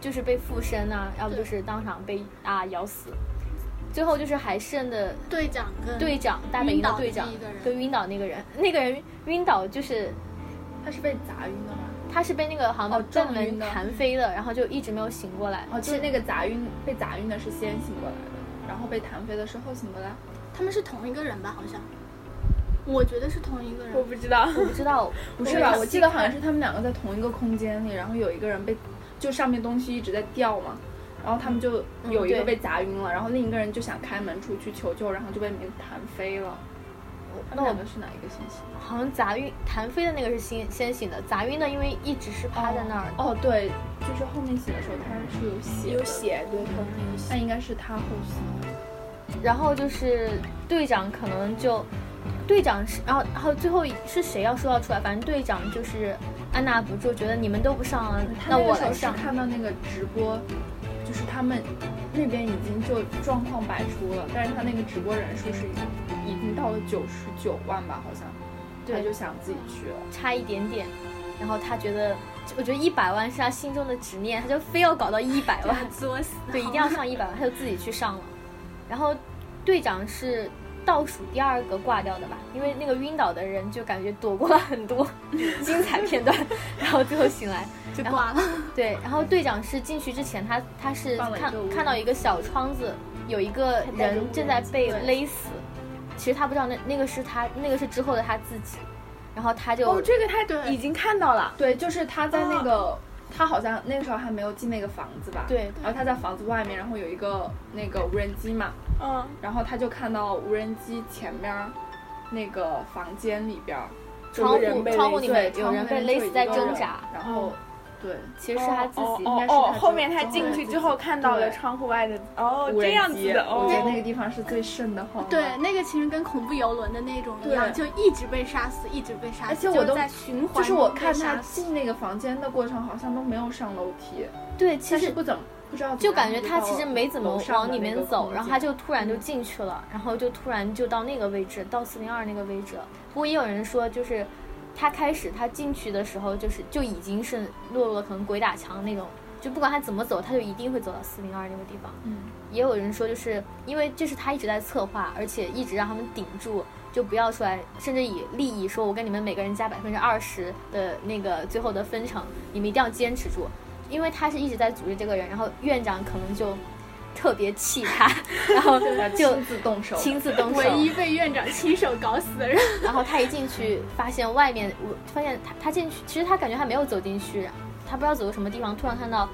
Speaker 6: 就是被附身啊，要不就是当场被啊咬死。最后就是还剩的
Speaker 3: 队长
Speaker 8: 嗯
Speaker 3: 跟
Speaker 6: 队长大本营的队长跟晕倒那个人，那个人晕倒就是
Speaker 8: 他是被砸晕的吗？
Speaker 6: 他是被那个好像正门弹飞的，然后就一直没有醒过来。
Speaker 8: 哦，就是那个砸晕，被砸晕的是先醒过来的，然后被弹飞的是后醒过来。
Speaker 3: 他们是同一个人吧？好像，我觉得是同一个人。
Speaker 11: 我不 知道，
Speaker 6: 我不知道，
Speaker 8: 不是吧？我记得好像是他们两个在同一个空间里，然后有一个人被，就上面东西一直在掉嘛，然后他们就有一个被砸晕了，然后另一个人就想开门出去求救，然后就被门弹飞了。那我们是哪一个星期？
Speaker 6: 好像砸晕、弹飞的那个是先先醒的，砸晕的因为一直是趴在那儿。
Speaker 8: 哦，对，就是后面醒的时候他是有血，
Speaker 9: 有血，对，头上有血。
Speaker 8: 那应该是他后醒。
Speaker 6: 然后就是队长可能就，队长是，然后然后最后是谁要说要出来？反正队长就是按捺不住，觉得你们都不上啊，那我来上。
Speaker 8: 看到那个直播，就是他们那边已经就状况百出了，但是他那个直播人数是。已经到了九十九万吧，好像，他就想自己去了，
Speaker 6: 差一点点。然后他觉得，我觉得一百万是他心中的执念，他就非要搞到一百万，
Speaker 3: 作死。
Speaker 6: 对，一定要上一百万，他就自己去上了。然后队长是倒数第二个挂掉的吧，因为那个晕倒的人就感觉躲过了很多 精彩片段，然后最后醒来
Speaker 3: 就挂了。
Speaker 6: 对，然后队长是进去之前，他他是看看到一个小窗子，有一个人正在被勒死。其实他不知道那那个是他那个是之后的他自己，然后他就
Speaker 11: 哦
Speaker 9: 哦这个他已经看到了，
Speaker 8: 对，就是他在那个他好像那个时候还没有进那个房子吧？
Speaker 6: 啊对。
Speaker 8: 然后他在房子外面，然后有一个那个无人机嘛。
Speaker 11: 嗯。
Speaker 8: 然后他就看到无人机前面那个房间里边，
Speaker 6: 窗户窗户里面
Speaker 8: 有
Speaker 6: 人被勒死在挣扎，嗯
Speaker 8: 然后。对，
Speaker 6: 其实是他自己，
Speaker 11: 哦
Speaker 8: 应该是
Speaker 11: 哦，
Speaker 8: 他
Speaker 11: 后面他进去之后看到了窗户外的哦，这样子的哦，
Speaker 8: 我觉得那个地方是最瘆得慌。
Speaker 3: 对，那个其实跟恐怖游轮的那种一样，就一直被杀死，一直被杀死，而
Speaker 8: 且我都
Speaker 3: 在循环。
Speaker 8: 就是我看他进那个房间的过程，好像都没有上楼梯。
Speaker 6: 对，其实
Speaker 8: 不怎么不知道，
Speaker 6: 就感觉他其实没怎么往里面走，然后他就突然就进去了，然后就突然就到那个位置，到四零二那个位置。不过也有人说，就是他开始他进去的时候，就是就已经是落入了可能鬼打墙那种。就不管他怎么走，他就一定会走到四零二那个地方。
Speaker 8: 嗯，
Speaker 6: 也有人说，就是因为这是他一直在策划，而且一直让他们顶住，就不要出来，甚至以利益说，我跟你们每个人加百分之二十的那个最后的分成，你们一定要坚持住，因为他是一直在组织这个人，然后院长可能就。特别气 他，然后就
Speaker 8: 亲自动手，
Speaker 6: 亲自动手，
Speaker 3: 唯一被院长亲手搞死的人。
Speaker 6: 然后他一进去，发现外面，我发现他他进去，其实他感觉他没有走进去，他不知道走到什么地方，突然看到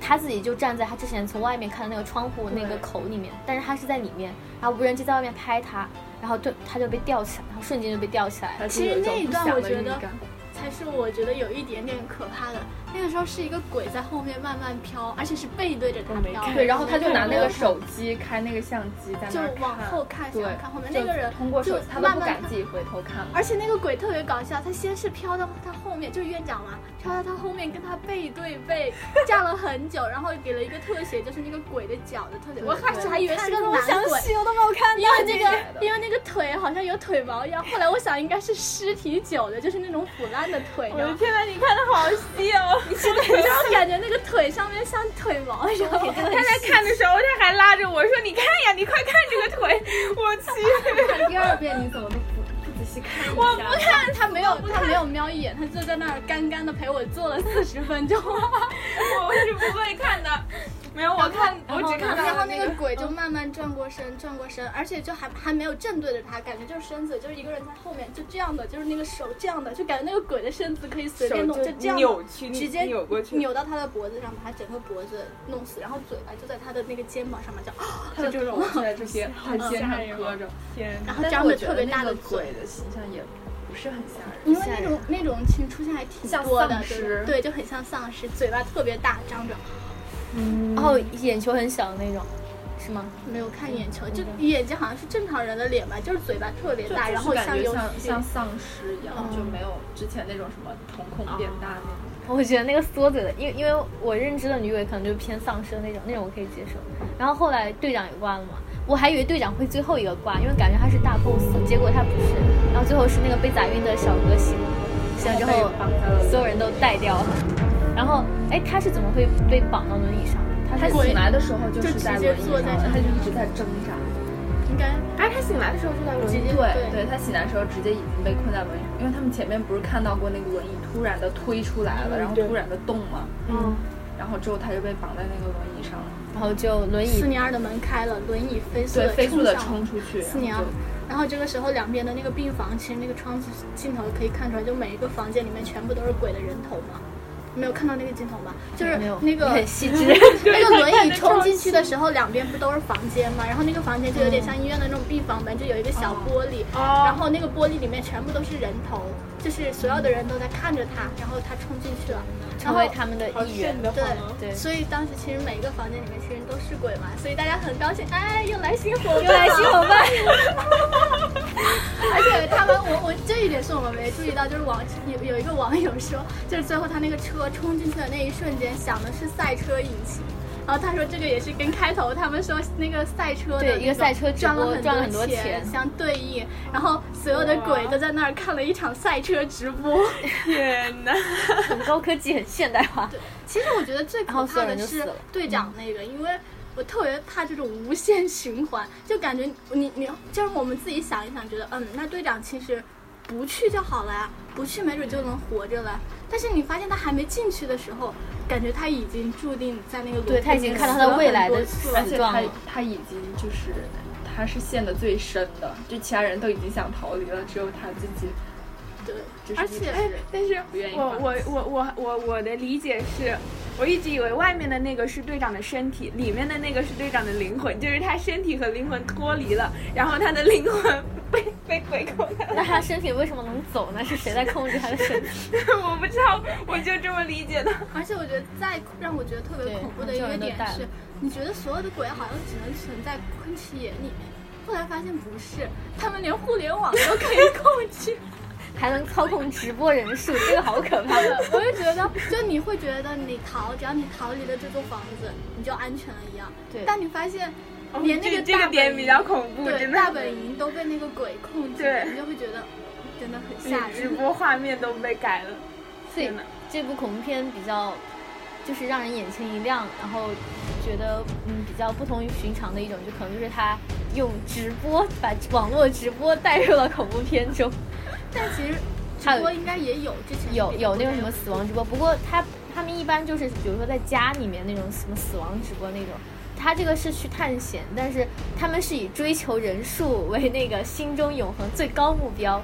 Speaker 6: 他自己就站在他之前从外面看的那个窗户那个口里
Speaker 8: 嗯
Speaker 6: 面，但是他是在里面，然后无人机在外面拍他，然后就他就被吊起来，然后瞬间就被吊起来了。
Speaker 3: 其实那一段我觉得。 才是我觉得有一点点可怕的。那个时候是一个鬼在后面慢慢飘，而且是背对着他飘。
Speaker 8: 对，然后他就拿那个手机开那个相机在
Speaker 3: 就往后看，想看后面那个人
Speaker 8: 通过手机，他都不敢自己回头看。
Speaker 3: 而且那个鬼特别搞笑，他先是飘到他后面，就是院长嘛，飘到他后面跟他背对背站了很久，然后给了一个特写，就是那个鬼的脚的特写。我开始还以为是个男鬼，
Speaker 6: 我都没有看到，
Speaker 3: 因为那个因为那个腿好像有腿毛一样，后来我想应该是尸体脚的，就是那种腐烂的腿。
Speaker 11: 我的天呐，你看的好细哦！ 你
Speaker 3: 真 的感觉那个腿上面像腿毛一样。
Speaker 11: 他在看的时候，他还拉着我说：“你看呀，你快看这个腿！”我去，
Speaker 8: 看第二遍你怎么都不不仔细看一
Speaker 3: 我不看， 他没有他没有瞄一眼，他就在那儿干干的陪我坐了四十分钟。
Speaker 11: 我是不会看的。没有，我 看我只看到
Speaker 3: 然后那个鬼就慢慢转过身，转过身，而且就还还没有正对着他，感觉就是身子就是一个人在后面就这样的，就是那个手这样的，就感觉那个鬼的身子可以随便弄，就这样
Speaker 11: 扭曲，
Speaker 3: 直接
Speaker 11: 扭过去，
Speaker 3: 扭到他的脖子上，把他整个脖子弄死，然后嘴巴就在他的那个肩膀上面这啊样，
Speaker 8: 他的 这种在这些他肩上搁着，
Speaker 11: 天，
Speaker 3: 然后张着特别大
Speaker 8: 的
Speaker 3: 嘴
Speaker 8: 的形象也不是很吓人，
Speaker 3: 因为那种那种其实出现还挺多的，
Speaker 8: 对
Speaker 3: 对，就很像丧尸，嘴巴特别大，张着。
Speaker 8: 嗯
Speaker 6: 然后眼球很小的那种，是吗？
Speaker 3: 没有看眼球，就
Speaker 8: 嗯
Speaker 3: 眼睛好像是正常人的脸吧，就是嘴巴特别大，然后
Speaker 8: 像
Speaker 3: 有
Speaker 8: 像丧尸一样，就
Speaker 3: 嗯
Speaker 8: 没有之前那种什么瞳
Speaker 3: 哦
Speaker 8: 孔变大那种。
Speaker 6: 我觉得那个缩嘴的，因为因为我认知的女鬼可能就是偏丧尸的那种，那种我可以接受。然后后来队长也挂了嘛，我还以为队长会最后一个挂，因为感觉他是大 boss，结果他不是。然后最后是那个被砸晕的小哥醒了，醒了之后所有人都带掉了。然后哎，他是怎么会被绑到轮椅上？
Speaker 8: 他醒来的时候
Speaker 3: 就是
Speaker 8: 在
Speaker 3: 轮
Speaker 8: 椅
Speaker 3: 上，
Speaker 8: 他就一直在挣扎。
Speaker 3: 应该，
Speaker 11: 哎，他醒来的时候就在轮
Speaker 3: 直
Speaker 11: 椅
Speaker 3: 接
Speaker 8: 对对，他醒来的时候直接已经被困在轮椅上，因为他们前面不是看到过那个轮椅突然的推出来
Speaker 3: 嗯
Speaker 8: 了，然后突然的动嘛，
Speaker 6: 嗯，
Speaker 8: 然后之后他就被绑在那个轮椅上了，
Speaker 6: 然后就轮椅
Speaker 3: 四零二的门开了，轮椅飞速
Speaker 8: 对，飞速的
Speaker 3: 冲
Speaker 8: 冲出去，
Speaker 3: 四零二。然后这个时候，两边的那个病房，其实那个窗子镜头可以看出来，就每一个房间里面全部都是鬼的人头嘛。没有看到那个镜头吧？就是那个
Speaker 6: 很细致，
Speaker 3: 那个轮椅冲进去的时候，两边不都是房间吗？然后那个房间就有点像医院的那种病房门，就有一个小玻璃，
Speaker 11: 嗯哦
Speaker 3: 然后那个玻璃里面全部都是人头，就是所有的人都在看着他，然后他冲进去了，然
Speaker 6: 成
Speaker 3: 后
Speaker 6: 为他们的一员。
Speaker 11: 的
Speaker 3: 对
Speaker 6: 对
Speaker 3: 所以当时其实每一个房间里面其实都是鬼嘛，所以大家很高兴，哎，又来新 伙伴，
Speaker 6: 又来新伙伴，
Speaker 3: 而且他们，我我这一点是我们没注意到，就是网有有一个网友说，就是最后他那个车冲进去的那一瞬间，响的是赛车引擎。然后他说这个也是跟开头他们说那个赛车的
Speaker 6: 对一个赛车直
Speaker 3: 赚
Speaker 6: 播
Speaker 3: 了
Speaker 6: 赚了
Speaker 3: 很
Speaker 6: 很多
Speaker 3: 钱
Speaker 6: 钱
Speaker 3: 相对应，然后所有的鬼都在那儿看了一场赛车直播。
Speaker 11: 天呐，
Speaker 6: 很高科技，很现代化。
Speaker 3: 其实我觉得最可怕的是队长那
Speaker 6: 嗯
Speaker 3: 个，因为我特别怕这种无限循环，就感觉你你就是我们自己想一想，觉得嗯，那队长其实不去就好了呀，不去没准就能活着了。但是你发现他还没进去的时候，感觉他已经注定在那个
Speaker 6: 对他已经看到他的未来的
Speaker 3: 死
Speaker 8: 而且他他已经就是他是陷得最深的，就其他人都已经想逃离了，只有他自己对，
Speaker 11: 而且哎，但是我我我我我我的理解是。我一直以为外面的那个是队长的身体，里面的那个是队长的灵魂，就是他身体和灵魂脱离了，然后他的灵魂被 被鬼控了。
Speaker 6: 那他身体为什么能走呢？是谁在控制他的身体？
Speaker 11: 我不知道，我就这么理解的。
Speaker 3: 而且我觉得再让我觉得特别恐怖的一个点是，你觉得所有的鬼好像只能存在昆池岩里面，后来发现不是，他们连互联网都可以 控制。
Speaker 6: 还能操控直播人 数，这个好可怕！
Speaker 3: 我就觉得，就你会觉得你逃，只要你逃离了这座房子，你就安全了一样。
Speaker 6: 对。
Speaker 3: 但你发现，连那个
Speaker 11: 哦这个点比较恐怖，
Speaker 3: 对
Speaker 11: 真
Speaker 3: 大本营都被那个鬼控制，
Speaker 11: 对，
Speaker 3: 你就会觉得真的很吓人。
Speaker 11: 直播画面都被改了，
Speaker 6: 所以这部恐怖片比较，就是让人眼前一亮，然后觉得嗯比较不同于寻常的一种，就可能就是他用直播把网络直播带入了恐怖片 中。
Speaker 3: 但其实直播应该也有之前
Speaker 6: 有有那种什么死亡直播，不过他他们一般就是比如说在家里面那种什么死亡直播那种，他这个是去探险，但是他们是以追求人数为那个心中永恒最高目标。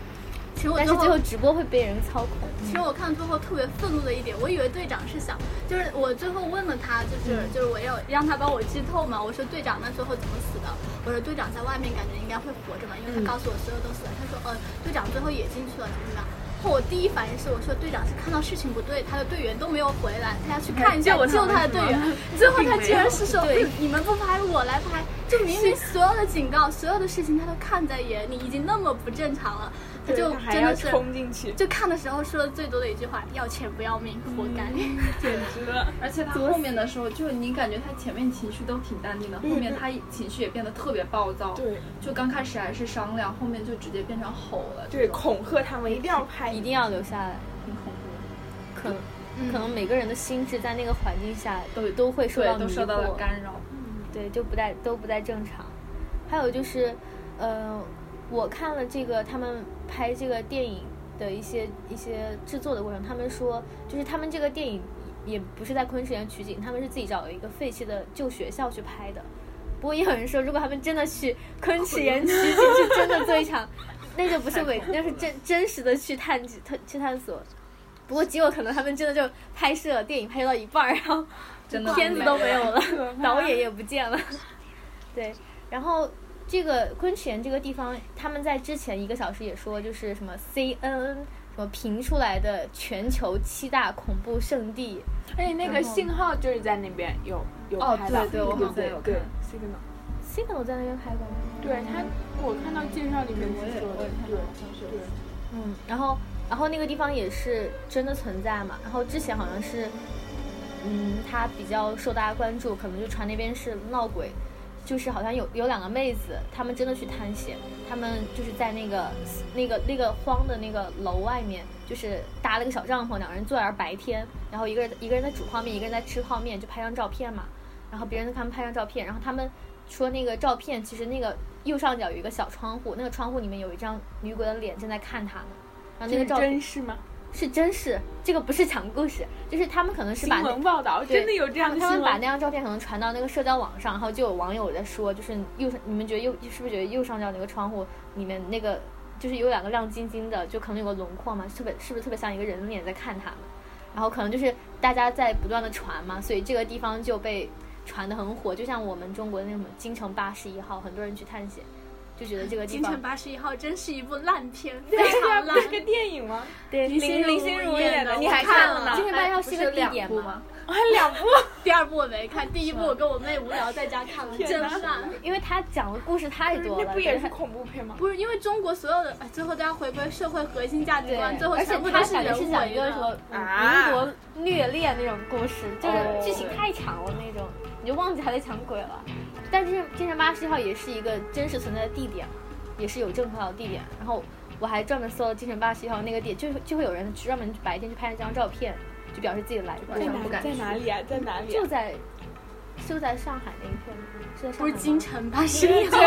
Speaker 3: 其实我
Speaker 6: 但是最后直播会被人操控。
Speaker 3: 其实我看最后特别愤怒的一点，我以为队长是想，就是我最后问了他，就是就是我要让他帮我剧透嘛，我说队长那最后怎么死的？我说队长在外面感觉应该会活着嘛，因为他告诉我所有都死了。他说呃队长最后也进去了，怎么怎么样。后我第一反应是我说队长是看到事情不对，他的队员都没有回来，他要去看一下救他的队 员。最后他居然是说你们不拍我来拍，就明明所有的警告、所有的事情他都看在眼里，已经那么不正常了。他就真的是
Speaker 11: 冲进去，
Speaker 3: 就看的时候说的最多的一句话：“要钱不要命，活该。嗯”
Speaker 11: 简直了！
Speaker 10: 而且他后面的时候，就你感觉他前面情绪都挺淡定的，后面他情绪也变得特别暴躁。
Speaker 11: 对，
Speaker 10: 就刚开始还是商量，后面就直接变成吼了。
Speaker 11: 对，恐吓他们一定要拍，
Speaker 6: 一定要留下来，
Speaker 10: 很恐怖。
Speaker 6: 可能、嗯、可能每个人的心智在那个环境下都都会
Speaker 10: 受
Speaker 6: 到
Speaker 10: 都受到了干扰，
Speaker 6: 嗯、对，就不太都不太正常。还有就是，呃。我看了这个他们拍这个电影的一些一些制作的过程，他们说就是他们这个电影也不是在昆士园取景，他们是自己找了一个废弃的旧学校去拍的。不过也有人说，如果他们真的去昆池岩取 景，是真的做一场，那就不是伪，那是真真实的去探探去探索。不过结果可能他们真的就拍摄电影拍摄到一半，然后片子都没有了， 导演也不见了。对，然后。这个昆池岩这个地方，他们在之前一个小时也说，就是什么 CNN 什么评出来的全球七大恐怖圣地，
Speaker 11: 而且那个信号就是在那边有有拍到，
Speaker 10: 哦对对，我好像有看
Speaker 11: signal，signal
Speaker 6: 在那边拍过吗？
Speaker 11: 对他，我看到介绍里面
Speaker 10: 我也我也看到，好像是对，
Speaker 6: 嗯，然后然后那个地方也是真的存在嘛，然后之前好像是，嗯，他比较受大家关注，可能就传那边是闹鬼。就是好像有有两个妹子，她们真的去探险，她们就是在那个那个那个荒的那个楼外面，就是搭了个小帐篷，两个人坐那儿白天，然后一个人一个人在煮泡面，一个人在吃泡面，就拍张照片嘛。然后别人给他们拍张照片，然后他们说那个照片其实那个右上角有一个小窗户，那个窗户里面有一张女鬼的脸正在看他们。然后那个照
Speaker 11: 真是吗？
Speaker 6: 是真是，这个不是讲故事，就是他们可能是把
Speaker 11: 新闻报道真的有这样的
Speaker 6: 他们把那张照片可能传到那个社交网上，然后就有网友在说，就是右上，你们觉得右是不是觉得右上角那个窗户里面那个就是有两个亮晶晶的，就可能有个轮廓嘛，特别是不是特别像一个人脸在看他们？然后可能就是大家在不断的传嘛，所以这个地方就被传的很火，就像我们中国那什么京城八十一号，很多人去探险。就觉得这个
Speaker 3: 方《
Speaker 6: 地
Speaker 3: 京城八十一号》真是一部烂片，
Speaker 11: 非
Speaker 3: 常烂。
Speaker 11: 是个电影吗？
Speaker 6: 对，
Speaker 11: 林林心如演的，你
Speaker 6: 还
Speaker 11: 看
Speaker 6: 了呢？《京城八十一号》是个地点
Speaker 11: 吗？还两部，
Speaker 3: 第二部我没看，第一部我跟我妹无聊在家看了，真烂。
Speaker 6: 因为他讲的故事太多 了，
Speaker 11: 不也是恐怖片吗？
Speaker 3: 不是，因为中国所有的哎最后都要回归社会核心价值观，最后
Speaker 6: 而且他讲的是讲一个什么
Speaker 11: 啊
Speaker 6: 民国虐恋那种故事，就是剧情太长了那种，你就忘记他在讲鬼了。但是金山八十一号也是一个真实存在的地点，也是有证可考的地点。然后我还专门搜了金山八十一号那个点，就就会有人专门白天去拍了张照片，就表示自己来过。
Speaker 11: 在哪？在哪里啊？在哪里、
Speaker 6: 啊？就在就在上海那一片，是在上海。
Speaker 3: 不是金城八十一号，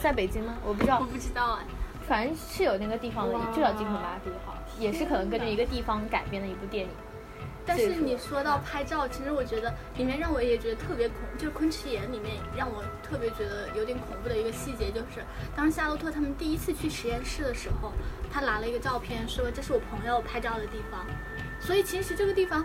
Speaker 6: 在北京吗？我不知道，
Speaker 3: 我不知道啊。
Speaker 6: 反正是有那个地方的，就叫金城八十一号，也是可能根据一个地方改编的一部电影。
Speaker 3: 但是你说到拍照，其实我觉得里面让我也觉得特别恐，就是《昆池岩》里面让我特别觉得有点恐怖的一个细节，就是当时夏洛特他们第一次去实验室的时候，他拿了一个照片，说这是我朋友拍照的地方，所以其实这个地方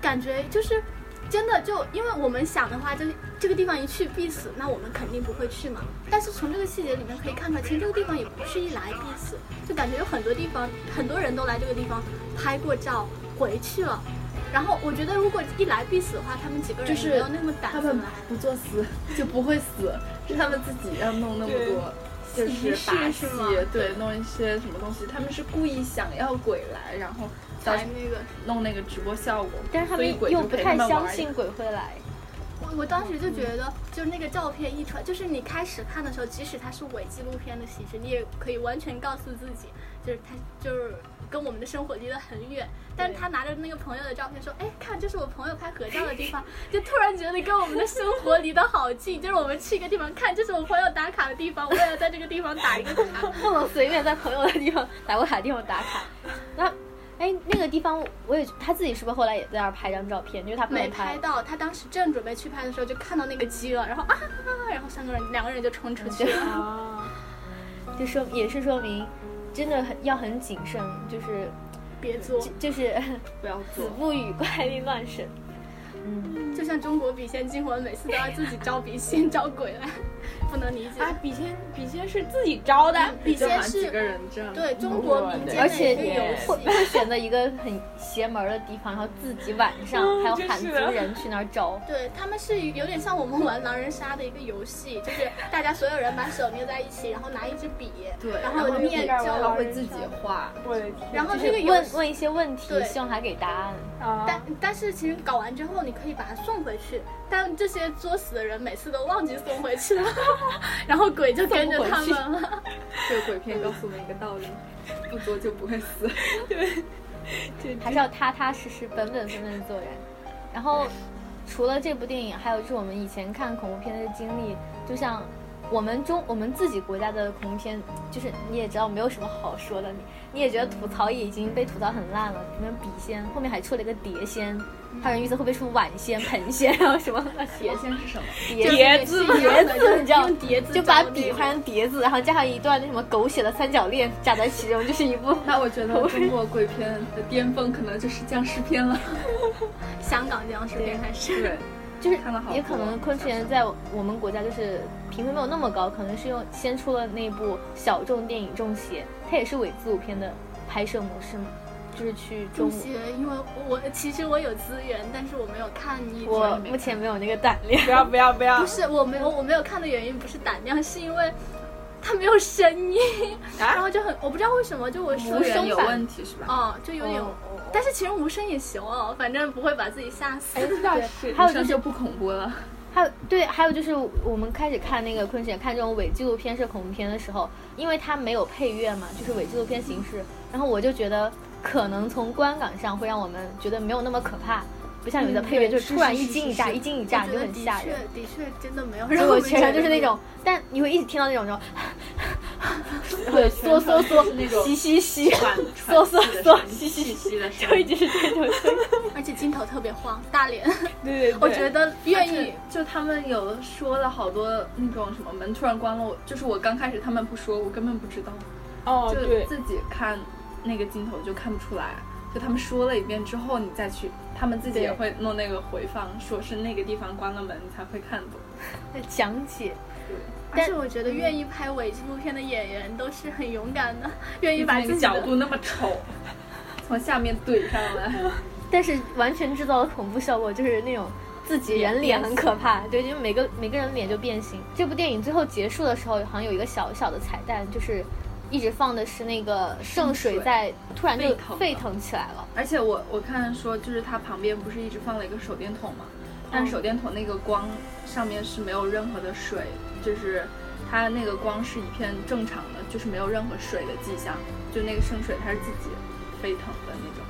Speaker 3: 感觉就是真的就，因为我们想的话，就是这个地方一去必死，那我们肯定不会去嘛。但是从这个细节里面可以看出来，其实这个地方也不是一来必死，就感觉有很多地方很多人都来这个地方拍过照回去了。然后我觉得，如果一来必死的话，他们几个人没有那么胆子来，
Speaker 8: 他们不作死就不会死，是他们自己要弄那么多，就是把戏，对，弄一些什么东西，他们是故意想要鬼来，然后
Speaker 3: 才那个
Speaker 8: 弄那个直播效果，
Speaker 6: 但是他们又不太相信鬼会来。
Speaker 3: 我我当时就觉得，就那个照片一出来，就是你开始看的时候，即使它是伪纪录片的形式，你也可以完全告诉自己，就是它就是跟我们的生活离得很远。但是他拿着那个朋友的照片说：“哎，看，这是我朋友拍合照的地方。”就突然觉得跟我们的生活离得好近。就是我们去一个地方，看，这是我朋友打卡的地方，我也要在这个地方打一个 卡，
Speaker 6: 不能随便在朋友的地方打过卡地方打卡。那。哎，那个地方我也，他自己是不是后来也在那儿拍张照片？因为他
Speaker 3: 没
Speaker 6: 拍
Speaker 3: 到，他当时正准备去拍的时候，就看到那个鸡了，然后啊，然后三个人两个人就冲出去了。
Speaker 6: 啊、就说也是说明，真的很要很谨慎，就是
Speaker 3: 别做，
Speaker 6: 就是
Speaker 8: 不要
Speaker 6: 子不语怪力乱神。
Speaker 3: 嗯，就像中国笔仙惊魂，每次都要自己招笔仙招鬼来，不能理解。
Speaker 8: 啊，笔仙笔仙是自己招的，
Speaker 11: 嗯
Speaker 3: 笔仙是
Speaker 8: 几个人这样。
Speaker 3: 对中国民间
Speaker 6: 而且
Speaker 3: 会
Speaker 6: 会选择一个很邪门的地方，然后自己晚上、嗯、还有喊族人去那儿招。
Speaker 3: 对他们是有点像我们玩狼人杀的一个游戏，就是大家所有人把手捏在一起，然后拿一支笔，
Speaker 8: 对，
Speaker 3: 然后念咒，
Speaker 8: 会自己画。
Speaker 11: 我的天！
Speaker 3: 然后
Speaker 6: 就是问问一些问题，希望他给答案。
Speaker 11: 啊、
Speaker 3: 但但是其实搞完之后，你可以把它送回去，但这些作死的人每次都忘记送回 去了，然后鬼就跟着他们了。
Speaker 8: 这个鬼片告诉我们一个道理：不作就不会死。
Speaker 11: 对，
Speaker 6: 还是要踏踏实实、本本分分做人。然后，除了这部电影，还有就是我们以前看恐怖片的经历，就像我们中我们自己国家的恐怖片，就是你也知道没有什么好说的。你也觉得吐槽也已经被吐槽很烂了，什么笔仙，后面还出了一个碟仙，还有人预测会不会出碗仙、盆仙，然后什么
Speaker 8: 碟仙是什么？
Speaker 6: 碟
Speaker 3: 字，
Speaker 6: 碟字，你知道？
Speaker 3: 碟字
Speaker 6: 就把笔换成碟字，然后加上一段那什么狗血的三角恋夹在其中，就是一部。
Speaker 8: 那我觉得中国鬼片的巅峰可能就是僵尸片了，
Speaker 3: 香港僵尸片还是
Speaker 8: 对，
Speaker 6: 就是也可能昆池岩在我们国家就是评分没有那么高，可能是用先出了那部小众电影《中邪》。它也是伪纪录片的拍摄模式嘛，就是去中
Speaker 3: 午。因为我其实我有资源，但是我没有看你。
Speaker 6: 我目前没有那个胆量。
Speaker 11: 不要不要不要！
Speaker 3: 不是我没有我没有看的原因不是胆量，是因为它没有声音， 然后就很我不知道为什么就我
Speaker 8: 无声有问题是吧？
Speaker 6: 啊
Speaker 3: 哦，就有点。但是其实无声也行哦，反正不会把自己吓死。
Speaker 8: 对，
Speaker 6: 还有就是
Speaker 8: 不恐怖了。
Speaker 6: 还有对，还有就是我们开始看那个昆池看这种伪纪录片式恐怖片的时候，因为它没有配乐嘛，就是伪纪录片形式。然后我就觉得，可能从观感上会让我们觉得没有那么可怕，不像有的配乐嗯就是突然一惊一乍，一惊一乍就很吓人。
Speaker 3: 的确，的确真的没有。
Speaker 6: 结果全程就是那种，但你会一直听到那种那种，对，嗦嗦嗦，吸吸吸， 嗦嗦嗦，吸吸吸，就一直是这种声音。
Speaker 3: 而且镜头特别晃，大脸。
Speaker 11: 对对对。
Speaker 3: 我觉得愿意。
Speaker 8: 就他们有说了好多那种什么门突然关了，我就是我刚开始他们不说，我根本不知道。
Speaker 11: 哦，
Speaker 8: 对，自己看那个镜头就看不出来，就他们说了一遍之后，你再去，他们自己也会弄那个回放，说是那个地方关了门，你才会看懂。
Speaker 6: 讲解。
Speaker 3: 但是我觉得愿意拍伪纪录片的演员都是很勇敢的，愿意把自己
Speaker 8: 角度那么丑，从下面怼上来，
Speaker 6: 但是完全制造了恐怖效果，就是那种。自己人脸很可怕，对，就每个每个人脸就变形。这部电影最后结束的时候，好像有一个小小的彩蛋，就是一直放的是那个圣水在突然就沸腾起来了。
Speaker 8: 而且我我看说，就是它旁边不是一直放了一个手电筒嘛，但手电筒那个光上面是没有任何的水，就是它那个光是一片正常的，就是没有任何水的迹象，就那个圣水它是自己沸腾的那种。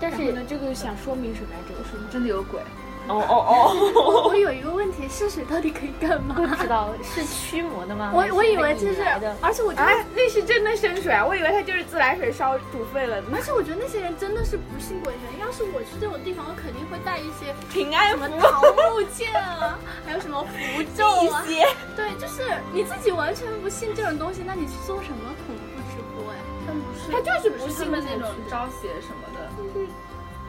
Speaker 6: 但是
Speaker 11: 呢，这个想说明什么呀？这个是
Speaker 8: 真的有鬼。
Speaker 12: 哦哦
Speaker 3: 哦！我有一个问题，试水到底可以干嘛？
Speaker 6: 不知道是驱魔的吗？
Speaker 3: 我我以为这是，而且我觉得、
Speaker 11: 啊、那是真的生水啊！我以为它就是自来水烧煮沸了。
Speaker 3: 而且我觉得那些人真的是不信鬼神。要是我去这种地方，我肯定会带一些
Speaker 11: 平安符、
Speaker 3: 桃木剑啊，还有什么符咒啊。对，就是你自己完全不信这种东西，那你去做什么恐怖直播呀？
Speaker 11: 他就是不信
Speaker 8: 的那种招邪什么的。嗯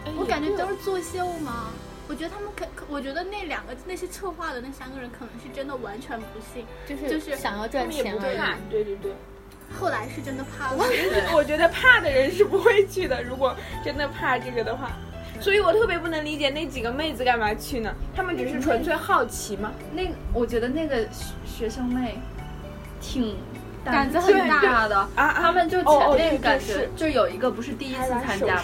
Speaker 3: 哎、我感觉都是作秀嘛。我觉得他们可，我觉得那两个那些策划的那三个人可能是真的完全不信，
Speaker 6: 就是
Speaker 3: 就是
Speaker 6: 想要赚钱
Speaker 11: 而已。对对对。
Speaker 3: 后来是真的怕了。
Speaker 11: 我觉得怕的人是不会去的，如果真的怕这个的话。所以我特别不能理解那几个妹子干嘛去呢？她们只是纯粹好奇吗？
Speaker 8: 那我觉得那个学生妹挺。
Speaker 3: 胆子很
Speaker 8: 大的，
Speaker 11: 啊、
Speaker 8: 他们就前面感觉、哦哦、就有一个不是第一次参加嘛，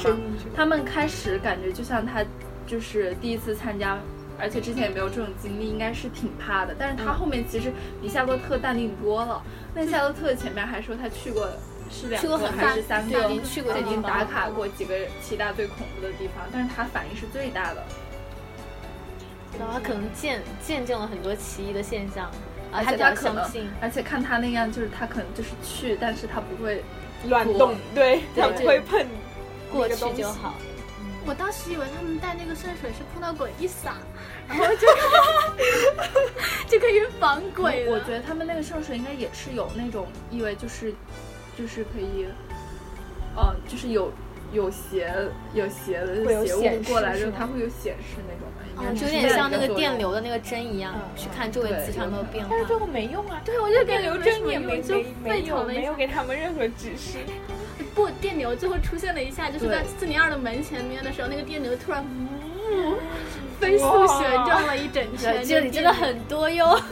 Speaker 8: 他们开始感觉就像他就是第一次参加，而且之前也没有这种经历，应该是挺怕的。但是他后面其实比夏洛特淡定多了。那夏洛特前面还说他去过是两个还是三个，
Speaker 6: 已经去过
Speaker 8: 已经打卡过几个七大最恐怖的地方，但是他反应是最大的。
Speaker 6: 然后他可能见见证了很多奇异的现象。
Speaker 8: 而且他可能，而且看他那样，就是他可能就是去，但是他不会
Speaker 11: 乱动，对，他不会碰
Speaker 6: 过去就好。
Speaker 3: 我当时以为他们带那个圣水是碰到鬼一撒，
Speaker 11: 然后就
Speaker 3: 就可以防鬼
Speaker 8: 我。我觉得他们那个圣水应该也是有那种意味，就是就是可以，呃，就是有有邪有邪的邪物过来之后，它会有显示哦那种。
Speaker 6: 嗯、就有点像那个电流的那个针一样，
Speaker 8: 嗯
Speaker 6: 去看周围磁场没有变化。
Speaker 11: 但是最后没用啊！
Speaker 3: 对，我就
Speaker 11: 电流针也没
Speaker 3: 就
Speaker 11: 没有没有给他们任何指示。
Speaker 3: 不，电流最后出现了一下，就是在四零二的门前面的时候，那个电流突然呜飞速旋转了一整圈。
Speaker 6: 这里真的很多哟。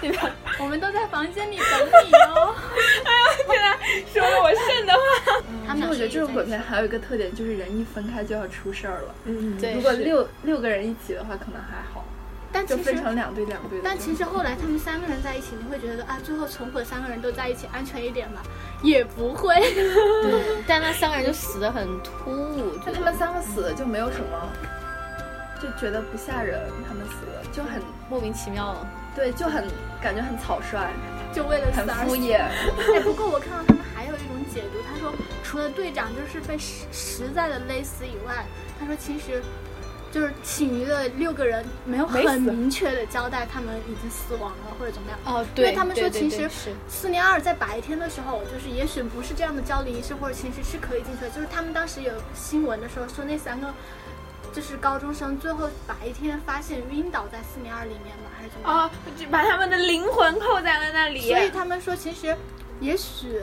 Speaker 3: 对吧？我们都在房间里等你哟。
Speaker 11: 哎呀，天哪！说的我瘆得慌。
Speaker 8: 他们我觉得这种鬼片还有一个特点，就是人一分开就要出事儿了。
Speaker 6: 嗯，对。
Speaker 8: 如果六六个人一起的话，可能还好。
Speaker 3: 但
Speaker 8: 就分成两队两队。
Speaker 3: 但其实后来他们三个人在一起，你会觉得啊，最后存活三个人都在一起，安全一点吧？也不会。
Speaker 6: 对，但那三个人就死的很突兀。
Speaker 8: 但他们三个死的就没有什么，就觉得不吓人。他们死的就很
Speaker 6: 莫名其妙了。
Speaker 8: 对，就很感觉很草率，
Speaker 3: 就为了
Speaker 8: 很敷衍。
Speaker 3: 哎，不过我看到他们还有一种解读，他说除了队长就是被实实在的勒死以外，他说其实就是其余的六个人没有很明确的交代他们已经死亡了或者怎么样。
Speaker 6: 哦，对，
Speaker 3: 因为他们说其
Speaker 6: 实
Speaker 3: 四零二在白天的时候，就是也许不是这样的交流仪式，或者其实是可以进去的。就是他们当时有新闻的时候说那三个。就是高中生最后白天发现晕倒在四零二里面嘛，还是怎么？
Speaker 11: 哦，把他们的灵魂扣在了那里。
Speaker 3: 所以他们说，其实也许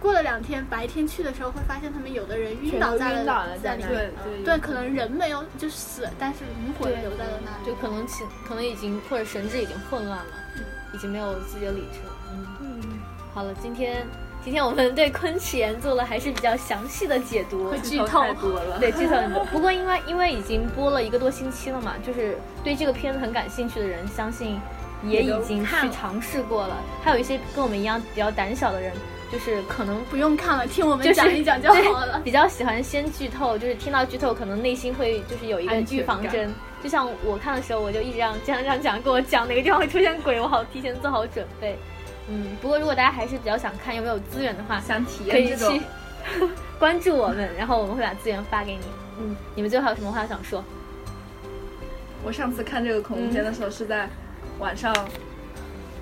Speaker 3: 过了两天，白天去的时候会发现他们有的人晕倒在
Speaker 11: 了
Speaker 3: 在
Speaker 11: 那
Speaker 3: 里。
Speaker 11: 对
Speaker 3: 对对，可能人没有就死，但是灵魂留在了那里。
Speaker 6: 就可能其可能已经或者神智已经混乱了，嗯、已经没有自己的理智了。嗯嗯。好了，今天。今天我们对昆池岩做了还是比较详细的解读，
Speaker 8: 剧透太多了，
Speaker 6: 对剧透很多。不过因为因为已经播了一个多星期了嘛，就是对这个片子很感兴趣的人，相信也已经去尝试过了。还有一些跟我们一样比较胆小的人，就是可能
Speaker 3: 不用看了，听我们讲一讲就好了。就是、
Speaker 6: 比较喜欢先剧透，就是听到剧透，可能内心会就是有一个预防针。就像我看的时候，我就一直让这样让讲跟我讲哪个地方会出现鬼，我好提前做好准备。嗯，不过如果大家还是比较想看有没有资源的话，
Speaker 8: 想体
Speaker 6: 验可以去 关注我们，然后我们会把资源发给你。嗯，你们最后还有什么话想说？
Speaker 8: 我上次看这个恐怖片的时候是在晚上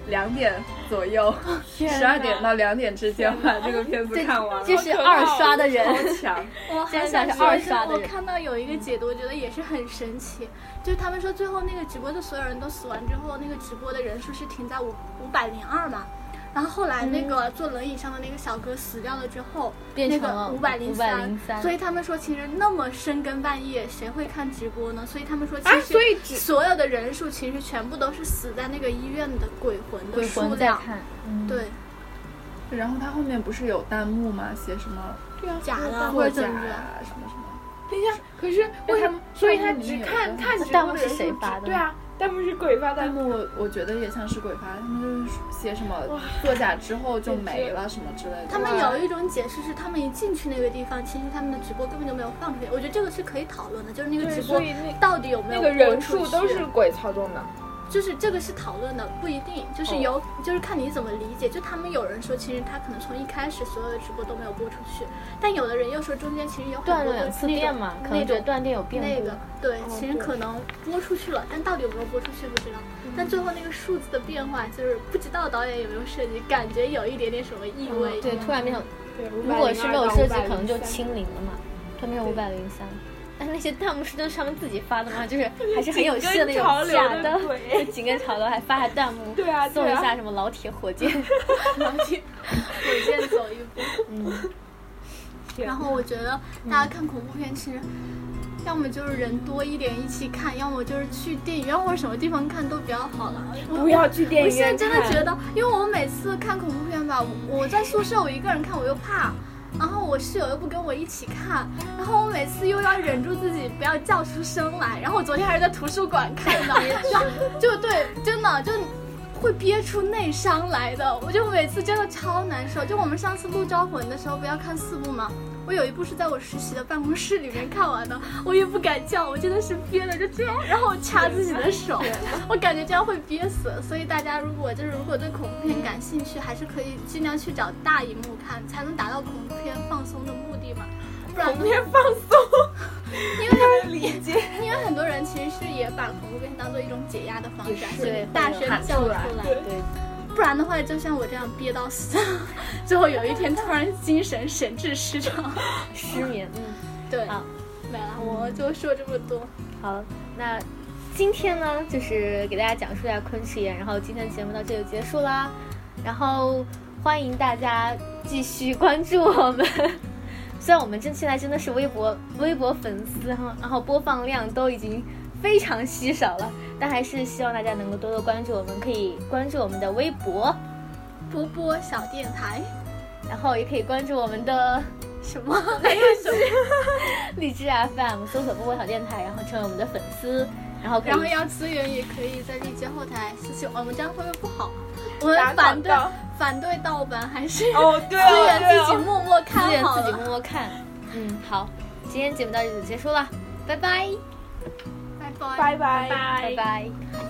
Speaker 8: 两点左右， 十二、嗯、点到两点之间把这个片子看完了。
Speaker 3: 哦
Speaker 6: 这是二刷的人，
Speaker 8: 超强！
Speaker 3: 我
Speaker 6: 真想是二刷的
Speaker 3: 人。我看到有一个解读，我觉得也是很神奇。就他们说，最后那个直播的所有人都死完之后，那个直播的人数是停在五五百零二嘛。然后后来那个坐轮椅上的那个小哥死掉了之后，
Speaker 6: 变成
Speaker 3: 了五百零
Speaker 6: 三。
Speaker 3: 所以他们说，其实那么深更半夜，谁会看直播呢？所以他们说，其
Speaker 11: 实所以
Speaker 3: 所有的人数其实全部都是死在那个医院的鬼魂的数量。
Speaker 6: 嗯、
Speaker 3: 对。
Speaker 8: 然后他后面不是有弹幕吗？写什么？
Speaker 11: 对啊，
Speaker 3: 假
Speaker 11: 的
Speaker 3: 或者怎么
Speaker 8: 着？什么什么？
Speaker 11: 等一下，可是为什么？所以他只看看直播
Speaker 6: 的
Speaker 11: 人
Speaker 6: 谁发的？
Speaker 11: 对啊，弹幕是鬼发弹
Speaker 8: 幕，我觉得也像是鬼发，他们就是写什么作假之后就没了什么之类的。
Speaker 3: 他们有一种解释是，他们一进去那个地方，其实他们的直播根本就没有放出去。我觉得这个是可以讨论的，就是那个直播到底有没有
Speaker 11: 那个人数都是鬼操纵的。
Speaker 3: 就是这个是讨论的，不一定，就是由、oh.
Speaker 6: 哦
Speaker 3: 就是看你怎么理解。就他们有人说，其实他可能从一开始所有的直播都没有播出去，但有的人又说中间其实有
Speaker 6: 断
Speaker 3: 了
Speaker 6: 两次电嘛，可能觉得断电哦有变
Speaker 3: 那个对，oh, 其实可能播出去了，但到底有没有播出去不知道。嗯、但最后那个数字的变化，就是不知道导演有没有设计，感觉有一点点什么意味。
Speaker 6: 嗯、对，突然变成，如果是没有设计，可能就清零了嘛，突然变成五百零三。但是那些弹幕是都是他们自己发的吗？就是还是很有趣的那种假的，就紧跟潮流还发下弹幕，
Speaker 11: 对啊，
Speaker 6: 送一下什么老铁火箭，
Speaker 3: 老铁火箭走一步。嗯。然后我觉得大家看恐怖片其实，要么就是人多一点一起看，要么就是去电影院或者什么地方看都比较好了。
Speaker 11: 不要去电影
Speaker 3: 院。我现在真的觉得，因为我每次看恐怖片吧，我在宿舍我一个人看我又怕。然后我室友又不跟我一起看，然后我每次又要忍住自己不要叫出声来。然后我昨天还是在图书馆看的，然后就对，真的就会憋出内伤来的。我就每次真的超难受。就我们上次录《招魂》的时候，不要看四部吗？我有一部是在我实习的办公室里面看完的，我也不敢叫，我真的是憋的就这样，然后我掐自己的 手，我感觉这样会憋死。所以大家如果就是如果对恐怖片感兴趣，还是可以尽量去找大荧幕看，才能达到恐怖片放松的目的嘛。不然
Speaker 11: 恐怖片放松，
Speaker 3: 因为
Speaker 11: 能理解，
Speaker 3: 因为很多人其实是也把恐怖片当做一种解压的方式，所以大声
Speaker 6: 叫
Speaker 3: 出来，
Speaker 6: 对。
Speaker 3: 对不然的话，就像我这样憋到死， 最后有一天突然精神神志失常、
Speaker 6: 失眠。嗯，
Speaker 3: 对，好，没了，我就说这么多。
Speaker 6: 好，那今天呢，就是给大家讲述一下昆池岩，然后今天的节目到这就结束啦。然后欢迎大家继续关注我们， 虽然我们真现在真的是微博、微博粉丝哈，然后播放量都已经。非常稀少了，但还是希望大家能够多多关注我们，可以关注我们的微博
Speaker 3: “波波小电台”，
Speaker 6: 然后也可以关注我们的
Speaker 3: 什 么
Speaker 6: 还有什么荔枝 FM，搜索“波波小电台”，然后成为我们的粉丝，然后
Speaker 3: 然后要资源也可以在荔枝后台私信我们，这样会不会不好？我们反对反对盗版，还是
Speaker 11: 哦对
Speaker 3: 资源自己默默看
Speaker 6: 资源自己默默看。嗯，好，今天节目到这里就结束了，拜拜。
Speaker 11: 拜拜
Speaker 3: 拜
Speaker 6: 拜。